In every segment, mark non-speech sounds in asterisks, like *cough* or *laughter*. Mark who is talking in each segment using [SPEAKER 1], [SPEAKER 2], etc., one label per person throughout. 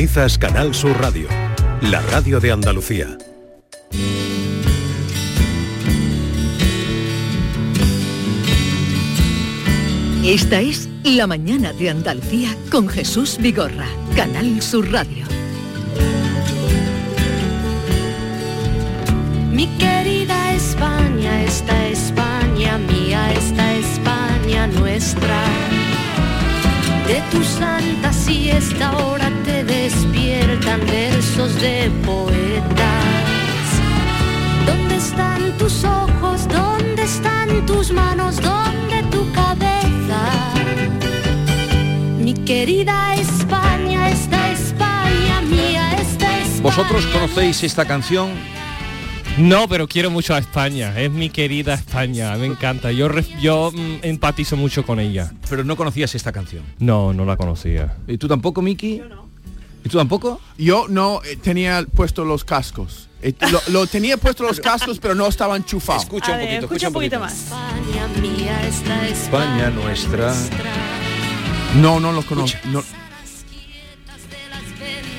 [SPEAKER 1] Izas Canal Sur Radio, la radio de Andalucía.
[SPEAKER 2] Esta es La mañana de Andalucía con Jesús Vigorra, Canal Sur Radio.
[SPEAKER 3] Mi querida España, esta España mía, esta España nuestra. De tu santa siesta ahora te despiertan versos de poetas. ¿Dónde están tus ojos? ¿Dónde están tus manos? ¿Dónde tu cabeza? Mi querida España, esta España mía, esta España.
[SPEAKER 4] ¿Vosotros conocéis esta canción?
[SPEAKER 5] No, pero quiero mucho a España. Es mi querida España. Me encanta. Yo, re- yo mm, empatizo mucho con ella.
[SPEAKER 4] Pero no conocías esta canción.
[SPEAKER 5] No, no la conocía.
[SPEAKER 4] ¿Y tú tampoco, Miki? ¿Y tú tampoco?
[SPEAKER 6] Yo no eh, tenía puesto los cascos. Eh, lo, lo tenía puesto los cascos, pero no estaba enchufado.
[SPEAKER 4] Escucha
[SPEAKER 7] A ver, escucha un poquito más.
[SPEAKER 3] España mía, esta
[SPEAKER 4] España nuestra.
[SPEAKER 6] No, no los conozco. No.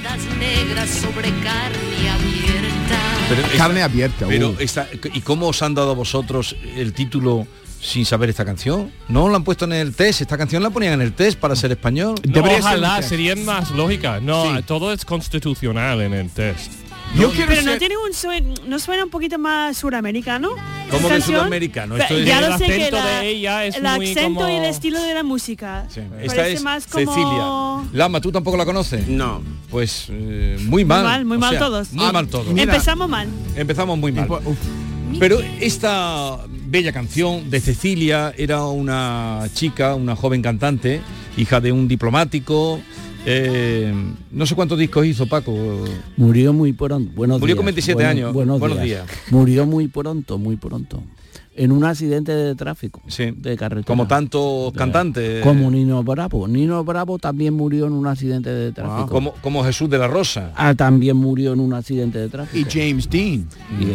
[SPEAKER 3] Las negras sobre carne abierta.
[SPEAKER 4] Pero esta-
[SPEAKER 6] Carne abierta.
[SPEAKER 4] Pero
[SPEAKER 6] uh.
[SPEAKER 4] esta, ¿Y cómo os han dado a vosotros el título sin saber esta canción? No la han puesto en el test. Esta canción la ponían en el test para ser español.
[SPEAKER 5] No,
[SPEAKER 6] Debería ser un
[SPEAKER 5] ojalá,
[SPEAKER 6] test.
[SPEAKER 5] serían más lógicas. No, todo es constitucional en el test.
[SPEAKER 6] Yo quiero
[SPEAKER 7] Pero no
[SPEAKER 6] ser-
[SPEAKER 7] tiene un suena, no suena un poquito más suramericano.
[SPEAKER 4] ¿Cómo que
[SPEAKER 7] Canción.
[SPEAKER 4] sudamericano?
[SPEAKER 7] Pero
[SPEAKER 4] Esto es-
[SPEAKER 7] ya
[SPEAKER 5] El
[SPEAKER 7] lo sé que
[SPEAKER 5] acento
[SPEAKER 7] la-
[SPEAKER 5] de ella es
[SPEAKER 7] el
[SPEAKER 5] muy
[SPEAKER 7] acento
[SPEAKER 5] como-
[SPEAKER 7] y el estilo de la música.
[SPEAKER 4] Sí. Esta
[SPEAKER 7] Parece
[SPEAKER 4] es
[SPEAKER 7] más como
[SPEAKER 4] Cecilia. Lama, ¿tú tampoco la conoces?
[SPEAKER 8] No.
[SPEAKER 4] Pues eh, muy mal.
[SPEAKER 7] Muy mal, muy
[SPEAKER 4] O
[SPEAKER 7] mal
[SPEAKER 4] sea,
[SPEAKER 7] todos.
[SPEAKER 4] Muy
[SPEAKER 6] Ah,
[SPEAKER 4] mal todos.
[SPEAKER 6] mira.
[SPEAKER 7] Empezamos mal.
[SPEAKER 4] Empezamos muy mal.
[SPEAKER 6] Uf.
[SPEAKER 4] Pero esta bella canción de Cecilia era una chica, una joven cantante, hija de un diplomático. eh, no sé cuántos discos hizo Paco.
[SPEAKER 9] Murió muy pronto. Buenos
[SPEAKER 4] Murió
[SPEAKER 9] días.
[SPEAKER 4] con 27
[SPEAKER 9] Bueno-
[SPEAKER 4] años.
[SPEAKER 9] Buenos,
[SPEAKER 4] Buenos
[SPEAKER 9] días.
[SPEAKER 4] días.
[SPEAKER 9] Murió muy pronto, muy pronto. En un accidente de tráfico,
[SPEAKER 4] Sí.
[SPEAKER 9] de carretera.
[SPEAKER 4] Como tantos
[SPEAKER 9] De-
[SPEAKER 4] cantantes.
[SPEAKER 9] Como Nino Bravo. Nino Bravo también murió en un accidente de tráfico.
[SPEAKER 4] como, como Jesús de la Rosa.
[SPEAKER 9] Ah, también murió en un accidente de tráfico. Eh,
[SPEAKER 6] Y James Dean.
[SPEAKER 9] Y- y-
[SPEAKER 5] Un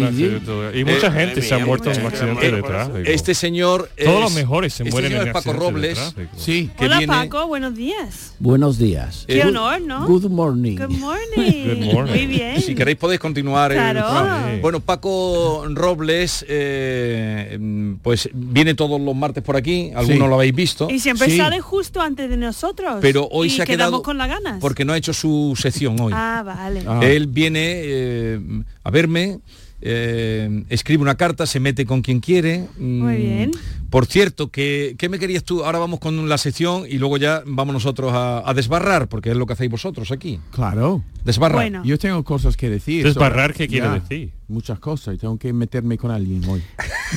[SPEAKER 9] y-
[SPEAKER 5] accidente. Y Eh, mucha gente se ha muerto en un accidente de tráfico.
[SPEAKER 4] Este señor.
[SPEAKER 5] Todos
[SPEAKER 4] es-
[SPEAKER 5] los mejores se
[SPEAKER 4] este
[SPEAKER 5] mueren
[SPEAKER 4] señor
[SPEAKER 5] en
[SPEAKER 4] *laughs* es Paco
[SPEAKER 5] accidentes de
[SPEAKER 4] Robles.
[SPEAKER 5] tráfico.
[SPEAKER 6] Sí.
[SPEAKER 4] que
[SPEAKER 7] Hola
[SPEAKER 4] viene-
[SPEAKER 7] Paco, buenos días.
[SPEAKER 9] buenos días.
[SPEAKER 7] Qué
[SPEAKER 4] Eh,
[SPEAKER 7] honor, ¿no?
[SPEAKER 9] Good morning.
[SPEAKER 4] *laughs*
[SPEAKER 7] Good morning.
[SPEAKER 5] Good morning.
[SPEAKER 7] Muy bien.
[SPEAKER 4] Si queréis podéis continuar. el
[SPEAKER 7] Claro.
[SPEAKER 4] programa.
[SPEAKER 5] Sí.
[SPEAKER 4] Bueno, Paco Robles, eh, mm, pues viene todos los martes por aquí, algunos
[SPEAKER 6] Sí.
[SPEAKER 4] lo habéis visto.
[SPEAKER 7] Y siempre
[SPEAKER 6] Sí.
[SPEAKER 7] sale justo antes de nosotros.
[SPEAKER 4] Pero hoy
[SPEAKER 7] y
[SPEAKER 4] se ha
[SPEAKER 7] quedamos
[SPEAKER 4] quedado
[SPEAKER 7] con las ganas.
[SPEAKER 4] porque no ha hecho su sección hoy.
[SPEAKER 7] Ah, vale.
[SPEAKER 6] Ah.
[SPEAKER 4] Él viene eh, a verme, eh, escribe una carta, se mete con quien quiere.
[SPEAKER 7] Muy
[SPEAKER 4] Mm,
[SPEAKER 7] bien.
[SPEAKER 4] Por cierto, que, ¿qué me querías tú? Ahora vamos con la sección y luego ya vamos nosotros a, a desbarrar, porque es lo que hacéis vosotros aquí.
[SPEAKER 6] Claro.
[SPEAKER 4] Desbarrar.
[SPEAKER 7] Bueno.
[SPEAKER 6] Yo tengo cosas que decir.
[SPEAKER 5] Desbarrar,
[SPEAKER 6] sobre-
[SPEAKER 5] ¿qué quiere
[SPEAKER 6] Ya,
[SPEAKER 5] decir?
[SPEAKER 6] Muchas cosas y tengo que meterme con alguien hoy.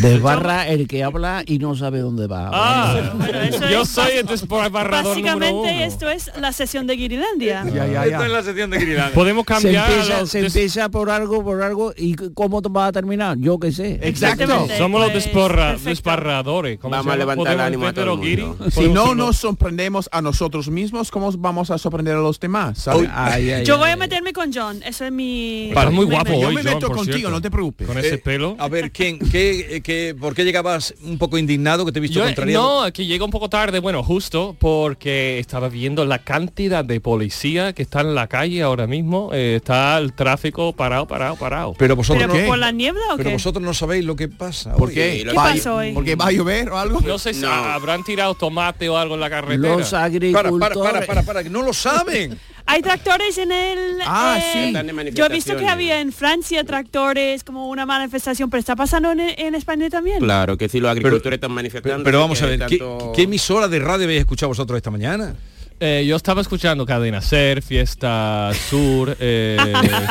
[SPEAKER 9] Desbarra el que habla y no sabe dónde va.
[SPEAKER 5] Ah,
[SPEAKER 7] Bueno, eso
[SPEAKER 5] yo
[SPEAKER 7] es
[SPEAKER 5] soy el desbarrador número uno.
[SPEAKER 7] Básicamente esto es la sesión de Guirilandia.
[SPEAKER 6] Ya, ya,
[SPEAKER 4] Esto
[SPEAKER 6] ya.
[SPEAKER 4] es la sección de Grilandia.
[SPEAKER 5] Podemos
[SPEAKER 9] Se
[SPEAKER 5] cambiar. a
[SPEAKER 9] empieza,
[SPEAKER 5] los
[SPEAKER 9] se
[SPEAKER 5] des-
[SPEAKER 9] empieza por algo, por algo, y c- cómo va a terminar, yo qué sé.
[SPEAKER 6] Exacto.
[SPEAKER 7] Exactamente.
[SPEAKER 5] Somos los
[SPEAKER 7] Pues,
[SPEAKER 5] desbarra-
[SPEAKER 7] perfecto.
[SPEAKER 5] desbarradores. ¿cómo
[SPEAKER 8] Vamos
[SPEAKER 5] se
[SPEAKER 8] a
[SPEAKER 5] llama?
[SPEAKER 8] levantar el
[SPEAKER 5] ¿Podemos
[SPEAKER 8] ánimo a
[SPEAKER 5] hacer
[SPEAKER 8] todo el
[SPEAKER 5] Ogiri?
[SPEAKER 8] mundo.
[SPEAKER 6] Si
[SPEAKER 5] ¿Podemos
[SPEAKER 6] no
[SPEAKER 5] hacerlo?
[SPEAKER 6] nos sorprendemos a nosotros mismos, ¿cómo vamos a sorprender a los demás? ¿sabes?
[SPEAKER 9] Ay, ay,
[SPEAKER 7] Yo
[SPEAKER 9] ay,
[SPEAKER 7] voy a
[SPEAKER 9] ay.
[SPEAKER 7] meterme con John. Eso es mi.
[SPEAKER 5] Estás muy
[SPEAKER 7] mi-
[SPEAKER 5] guapo
[SPEAKER 7] mi-
[SPEAKER 6] Yo
[SPEAKER 5] hoy,
[SPEAKER 6] me
[SPEAKER 5] John,
[SPEAKER 6] meto
[SPEAKER 5] por
[SPEAKER 6] contigo,
[SPEAKER 5] cierto.
[SPEAKER 6] no te preocupes.
[SPEAKER 5] Con ese pelo.
[SPEAKER 4] Eh, A ver, ¿quién, qué, eh, qué- ¿por qué llegabas un poco indignado que te he visto
[SPEAKER 5] Yo- eh,
[SPEAKER 4] contrariado?
[SPEAKER 5] no, es que llega un poco tarde, bueno, justo porque estaba viendo la cantidad de policía que está en la calle ahora mismo. eh, está el tráfico parado, parado, parado.
[SPEAKER 4] Pero vosotros,
[SPEAKER 7] ¿Pero
[SPEAKER 4] no,
[SPEAKER 7] por la niebla o
[SPEAKER 4] pero
[SPEAKER 7] qué?
[SPEAKER 4] vosotros no sabéis lo que pasa.
[SPEAKER 6] ¿Por
[SPEAKER 4] hoy.
[SPEAKER 6] qué?
[SPEAKER 8] ¿Qué
[SPEAKER 6] Va a-
[SPEAKER 7] pasó hoy?
[SPEAKER 6] ¿Porque va a llover o algo?
[SPEAKER 5] no sé si
[SPEAKER 8] No.
[SPEAKER 5] habrán tirado tomate o algo en la carretera.
[SPEAKER 9] Los
[SPEAKER 4] Para,
[SPEAKER 9] agricultores.
[SPEAKER 4] para, para, para, para, que no lo saben.
[SPEAKER 7] Hay tractores en el. eh,
[SPEAKER 6] Ah, sí.
[SPEAKER 8] Están de
[SPEAKER 7] Yo he visto que
[SPEAKER 8] manifestaciones.
[SPEAKER 7] había en Francia tractores, como una manifestación, pero está pasando en, en España también.
[SPEAKER 8] Claro, que si los agricultores están
[SPEAKER 4] Pero,
[SPEAKER 8] manifestando.
[SPEAKER 4] pero vamos a ver, ¿qué,
[SPEAKER 8] tanto-
[SPEAKER 4] qué emisora de radio habéis escuchado vosotros esta mañana?
[SPEAKER 5] Eh, yo estaba escuchando Cadena Ser, Fiesta Sur, eh,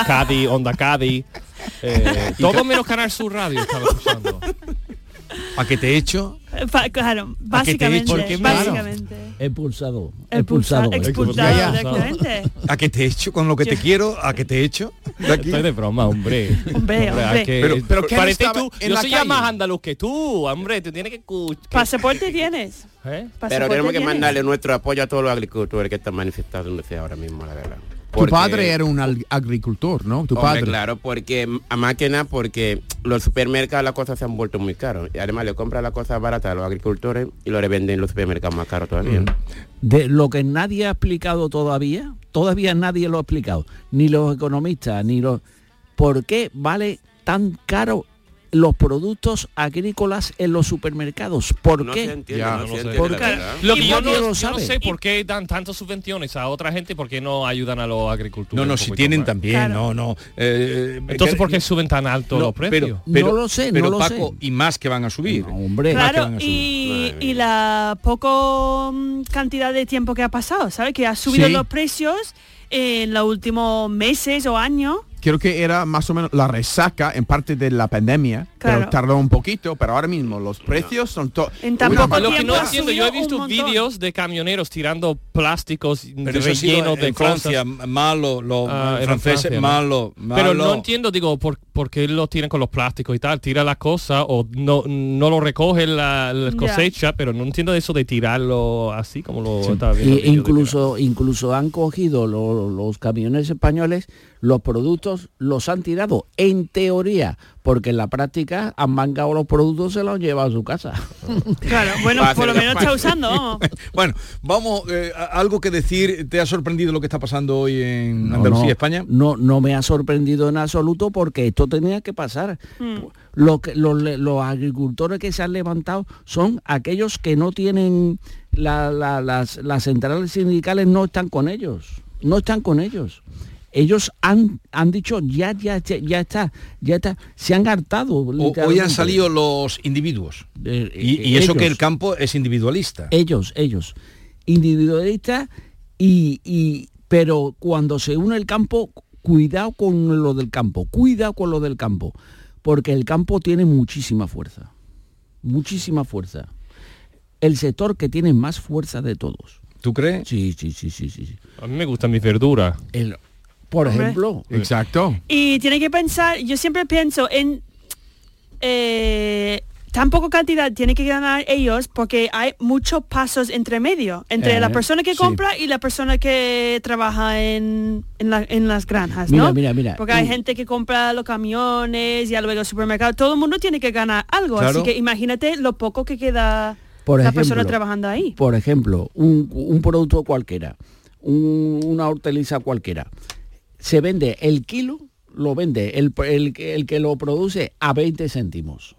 [SPEAKER 5] Cádiz, Onda Cádiz. eh, todo menos Canal Sur Radio estaba escuchando.
[SPEAKER 4] ¿A qué te he hecho?
[SPEAKER 7] Eh, Fa- claro,
[SPEAKER 4] qué te he
[SPEAKER 7] básicamente.
[SPEAKER 4] dicho?
[SPEAKER 5] ¿Por qué me-
[SPEAKER 7] básicamente.
[SPEAKER 9] El pulsador.
[SPEAKER 4] Eh.
[SPEAKER 7] El
[SPEAKER 9] ¿eh?
[SPEAKER 7] pulsado,
[SPEAKER 5] expulsado.
[SPEAKER 7] expulsado,
[SPEAKER 5] Ya, ya.
[SPEAKER 7] exactamente.
[SPEAKER 4] ¿A qué te he hecho con
[SPEAKER 5] *laughs*
[SPEAKER 4] lo que te
[SPEAKER 7] Yo-
[SPEAKER 4] quiero? ¿A qué te he hecho? De aquí.
[SPEAKER 5] Estoy de broma,
[SPEAKER 4] *laughs*
[SPEAKER 5] hombre. hay
[SPEAKER 7] Hombre, hombre.
[SPEAKER 5] que-
[SPEAKER 6] Pero- pero ¿quién
[SPEAKER 5] parece
[SPEAKER 6] estaba
[SPEAKER 5] tú,
[SPEAKER 6] en
[SPEAKER 5] yo
[SPEAKER 6] la
[SPEAKER 5] soy ya
[SPEAKER 6] calle?
[SPEAKER 5] más andaluz que tú, hombre, tú tienes que escuchar.
[SPEAKER 7] ¿Pasaporte tienes?
[SPEAKER 5] ¿Eh?
[SPEAKER 7] ¿Pasaporte
[SPEAKER 8] Pero tenemos que
[SPEAKER 7] tienes?
[SPEAKER 8] mandarle nuestro apoyo a todos los agricultores que están manifestándose ahora mismo, la verdad.
[SPEAKER 6] Tu
[SPEAKER 8] porque-
[SPEAKER 6] padre era un al- agricultor, ¿no? Tu
[SPEAKER 8] Hombre,
[SPEAKER 6] padre.
[SPEAKER 8] claro, porque a máquina, porque los supermercados las cosas se han vuelto muy caros. Y además le compran las cosas baratas a los agricultores y lo revenden en los supermercados más caros
[SPEAKER 6] Mm.
[SPEAKER 8] todavía.
[SPEAKER 9] De lo que nadie ha explicado todavía, todavía nadie lo ha explicado, ni los economistas, ni los... ¿Por qué vale tan caro los productos agrícolas en los supermercados? ¿Por
[SPEAKER 8] No se
[SPEAKER 9] qué?
[SPEAKER 8] entiende,
[SPEAKER 6] Ya, no
[SPEAKER 8] no se
[SPEAKER 6] sé.
[SPEAKER 8] entiende
[SPEAKER 9] ¿Por
[SPEAKER 8] la
[SPEAKER 9] qué?
[SPEAKER 8] verdad.
[SPEAKER 5] Lo que
[SPEAKER 9] Y
[SPEAKER 5] yo
[SPEAKER 9] nadie
[SPEAKER 5] no,
[SPEAKER 9] lo
[SPEAKER 5] yo no
[SPEAKER 9] sabe.
[SPEAKER 5] sé por qué dan tantas subvenciones a otra gente porque no ayudan a los agricultores.
[SPEAKER 4] No, no,
[SPEAKER 5] un
[SPEAKER 4] si
[SPEAKER 5] poquito
[SPEAKER 4] tienen
[SPEAKER 5] más.
[SPEAKER 4] también,
[SPEAKER 7] Claro.
[SPEAKER 4] no, no. eh,
[SPEAKER 5] Entonces,
[SPEAKER 4] que-
[SPEAKER 5] ¿por qué suben tan alto
[SPEAKER 4] no,
[SPEAKER 5] los precios?
[SPEAKER 9] No lo sé, no
[SPEAKER 4] pero
[SPEAKER 9] lo
[SPEAKER 4] Paco,
[SPEAKER 9] sé.
[SPEAKER 4] y más que van a subir.
[SPEAKER 9] No, hombre,
[SPEAKER 4] Más que
[SPEAKER 7] Claro,
[SPEAKER 4] van a subir.
[SPEAKER 7] y,
[SPEAKER 8] Madre
[SPEAKER 7] y
[SPEAKER 8] mía.
[SPEAKER 7] la poco mm, cantidad de tiempo que ha pasado, ¿sabes? Que ha subido
[SPEAKER 6] Sí.
[SPEAKER 7] los precios en los últimos meses o años.
[SPEAKER 6] Creo que era más o menos la resaca en parte de la pandemia,
[SPEAKER 7] Claro.
[SPEAKER 6] pero tardó un poquito, pero ahora mismo los precios son todo...
[SPEAKER 7] En tan poco
[SPEAKER 5] Lo que
[SPEAKER 7] tiempo
[SPEAKER 5] no
[SPEAKER 7] ha
[SPEAKER 5] entiendo, yo he
[SPEAKER 7] subido un
[SPEAKER 5] visto
[SPEAKER 7] montón.
[SPEAKER 5] vídeos de camioneros tirando plásticos
[SPEAKER 4] Pero eso ha sido
[SPEAKER 5] rellenos
[SPEAKER 4] en
[SPEAKER 5] de
[SPEAKER 4] Francia,
[SPEAKER 5] cosas.
[SPEAKER 4] malo, los
[SPEAKER 5] Ah,
[SPEAKER 4] eh,
[SPEAKER 5] en
[SPEAKER 4] franceses,
[SPEAKER 5] Francia, ¿no?
[SPEAKER 4] malo, malo.
[SPEAKER 5] Pero no entiendo, digo, por, por qué lo tiran con los plásticos y tal. Tira las cosas o no, no lo recoge la, la
[SPEAKER 7] Ya.
[SPEAKER 5] cosecha, pero no entiendo eso de tirarlo así como lo estaba
[SPEAKER 9] E
[SPEAKER 5] viendo. el vídeo de
[SPEAKER 9] incluso, incluso han cogido lo- los camiones españoles, los productos los han tirado, en teoría, porque en la práctica han mangado los productos, se los han llevado a su casa.
[SPEAKER 7] Claro, bueno,
[SPEAKER 8] Va a
[SPEAKER 7] por lo
[SPEAKER 8] ser
[SPEAKER 7] menos
[SPEAKER 8] capaz.
[SPEAKER 7] está usando, vamos.
[SPEAKER 4] *laughs* Bueno, vamos, eh, a- algo que decir, ¿te ha sorprendido lo que está pasando hoy en
[SPEAKER 9] No,
[SPEAKER 4] Andalucía,
[SPEAKER 9] no,
[SPEAKER 4] España?
[SPEAKER 9] No, no me ha sorprendido en absoluto porque esto tenía que pasar.
[SPEAKER 10] Mm.
[SPEAKER 9] Lo que- los, le- los agricultores que se han levantado son aquellos que no tienen la- la- las, las centrales sindicales no están con ellos. No están con ellos. Ellos han, han dicho ya, ya, ya, ya está, ya está. Se han hartado.
[SPEAKER 4] O- hoy han
[SPEAKER 9] literalmente.
[SPEAKER 4] salido los individuos.
[SPEAKER 9] Eh,
[SPEAKER 4] Y,
[SPEAKER 9] eh,
[SPEAKER 4] y eso que
[SPEAKER 9] ellos.
[SPEAKER 4] el campo es individualista.
[SPEAKER 9] Ellos, ellos. Individualistas y, y- pero cuando se une el campo, cuidado con lo del campo, cuidado con lo del campo, porque el campo tiene muchísima fuerza. Muchísima fuerza. El sector que tiene más fuerza de todos.
[SPEAKER 4] ¿Tú crees?
[SPEAKER 9] Sí, sí, sí, sí, sí. sí.
[SPEAKER 5] A mí me gustan mis verduras.
[SPEAKER 9] El- por
[SPEAKER 7] Hombre.
[SPEAKER 9] ejemplo,
[SPEAKER 6] Exacto.
[SPEAKER 7] Y tiene que pensar, yo siempre pienso en eh, tan poca cantidad tiene que ganar ellos porque hay muchos pasos entre medio, entre
[SPEAKER 9] Eh,
[SPEAKER 7] la persona que
[SPEAKER 9] sí.
[SPEAKER 7] compra y la persona que trabaja en, en, la- en las granjas,
[SPEAKER 9] Mira,
[SPEAKER 7] ¿no?
[SPEAKER 9] mira, mira.
[SPEAKER 7] Porque hay
[SPEAKER 9] Y-
[SPEAKER 7] gente que compra los camiones y ya luego el supermercado, todo el mundo tiene que ganar algo,
[SPEAKER 4] Claro.
[SPEAKER 7] así que imagínate lo poco que queda
[SPEAKER 9] Por
[SPEAKER 7] la
[SPEAKER 9] ejemplo,
[SPEAKER 7] persona trabajando ahí.
[SPEAKER 9] Por ejemplo, un, un producto cualquiera, un- una hortaliza cualquiera, se vende el kilo, lo vende el, el- el que lo produce a 20 céntimos.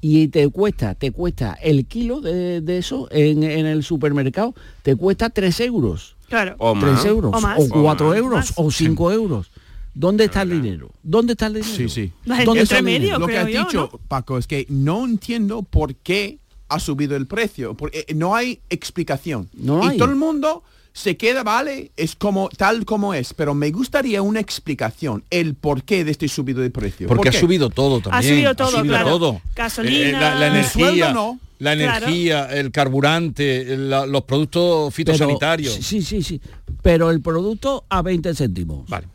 [SPEAKER 9] Y te cuesta, te cuesta el kilo de, de eso en, en el supermercado, te cuesta 3 euros.
[SPEAKER 7] Claro.
[SPEAKER 8] O más.
[SPEAKER 9] 3 euros,
[SPEAKER 7] O más.
[SPEAKER 9] o 4
[SPEAKER 8] O más.
[SPEAKER 9] euros,
[SPEAKER 7] Más.
[SPEAKER 9] o 5 euros. ¿Dónde está el dinero? ¿Dónde está el dinero?
[SPEAKER 6] Sí, sí.
[SPEAKER 7] La gente
[SPEAKER 9] ¿Dónde está
[SPEAKER 7] entre
[SPEAKER 9] el dinero?
[SPEAKER 7] medio,
[SPEAKER 6] Lo que
[SPEAKER 7] creo
[SPEAKER 6] has
[SPEAKER 7] yo,
[SPEAKER 6] dicho,
[SPEAKER 7] ¿no?
[SPEAKER 6] Paco, es que no entiendo por qué ha subido el precio. Porque eh, no hay explicación.
[SPEAKER 9] No
[SPEAKER 6] y
[SPEAKER 9] hay.
[SPEAKER 6] todo el mundo se queda, vale, es como tal como es. Pero me gustaría una explicación, el porqué de este subido de precio.
[SPEAKER 4] Porque
[SPEAKER 6] ¿Por
[SPEAKER 4] ha
[SPEAKER 6] qué?
[SPEAKER 4] subido todo también.
[SPEAKER 7] subido todo, claro. Gasolina.
[SPEAKER 4] Eh, la, la
[SPEAKER 7] El
[SPEAKER 4] energía,
[SPEAKER 6] sueldo no.
[SPEAKER 4] la
[SPEAKER 7] Claro.
[SPEAKER 4] energía, el carburante, la- los productos
[SPEAKER 9] Pero-
[SPEAKER 4] fitosanitarios.
[SPEAKER 9] Sí, sí, sí. Pero el producto a 20 céntimos.
[SPEAKER 4] Vale.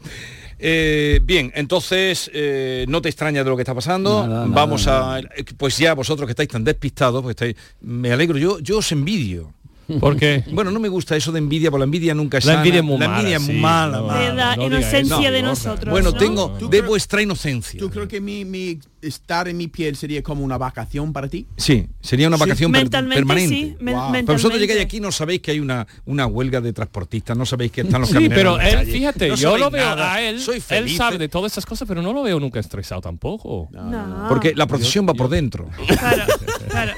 [SPEAKER 4] Eh, bien, entonces eh, no te extraña de lo que está pasando.
[SPEAKER 9] Nada, nada,
[SPEAKER 4] Vamos
[SPEAKER 9] nada.
[SPEAKER 4] a, eh, pues ya vosotros que estáis tan despistados, pues estáis, me alegro. Yo, yo os envidio.
[SPEAKER 5] Porque
[SPEAKER 4] Bueno, no me gusta eso de envidia, porque la envidia nunca es
[SPEAKER 5] La
[SPEAKER 4] sana.
[SPEAKER 5] envidia es muy
[SPEAKER 4] la
[SPEAKER 5] mala,
[SPEAKER 4] envidia es
[SPEAKER 5] sí,
[SPEAKER 4] mala,
[SPEAKER 5] no.
[SPEAKER 4] mala.
[SPEAKER 7] de la
[SPEAKER 5] no diga
[SPEAKER 7] inocencia
[SPEAKER 4] eso,
[SPEAKER 7] de
[SPEAKER 5] Borja.
[SPEAKER 7] nosotros.
[SPEAKER 4] Bueno,
[SPEAKER 7] ¿no?
[SPEAKER 4] tengo
[SPEAKER 6] ¿Tú
[SPEAKER 4] de
[SPEAKER 6] crees-
[SPEAKER 4] vuestra inocencia.
[SPEAKER 6] ¿Tú
[SPEAKER 9] eh.
[SPEAKER 6] crees que mi, mi estar en mi piel sería como una vacación para ti?
[SPEAKER 4] Sí, sería una
[SPEAKER 6] Sí.
[SPEAKER 4] vacación per-
[SPEAKER 7] mentalmente
[SPEAKER 4] permanente.
[SPEAKER 7] sí, men-
[SPEAKER 6] Wow.
[SPEAKER 7] mentalmente.
[SPEAKER 4] Pero vosotros llegáis aquí y no sabéis que hay una, una huelga de transportistas, no sabéis que están los
[SPEAKER 5] Sí,
[SPEAKER 4] camioneros
[SPEAKER 5] pero
[SPEAKER 4] en la
[SPEAKER 5] él,
[SPEAKER 4] calle,
[SPEAKER 5] fíjate,
[SPEAKER 4] no
[SPEAKER 5] yo
[SPEAKER 4] sabéis
[SPEAKER 5] lo veo
[SPEAKER 4] nada,
[SPEAKER 5] a él,
[SPEAKER 4] soy
[SPEAKER 5] él
[SPEAKER 4] feliz, ¿eh?
[SPEAKER 5] sabe de todas esas cosas, pero no lo veo nunca estresado tampoco.
[SPEAKER 7] No.
[SPEAKER 4] Porque la procesión va por dentro.
[SPEAKER 7] Claro, claro.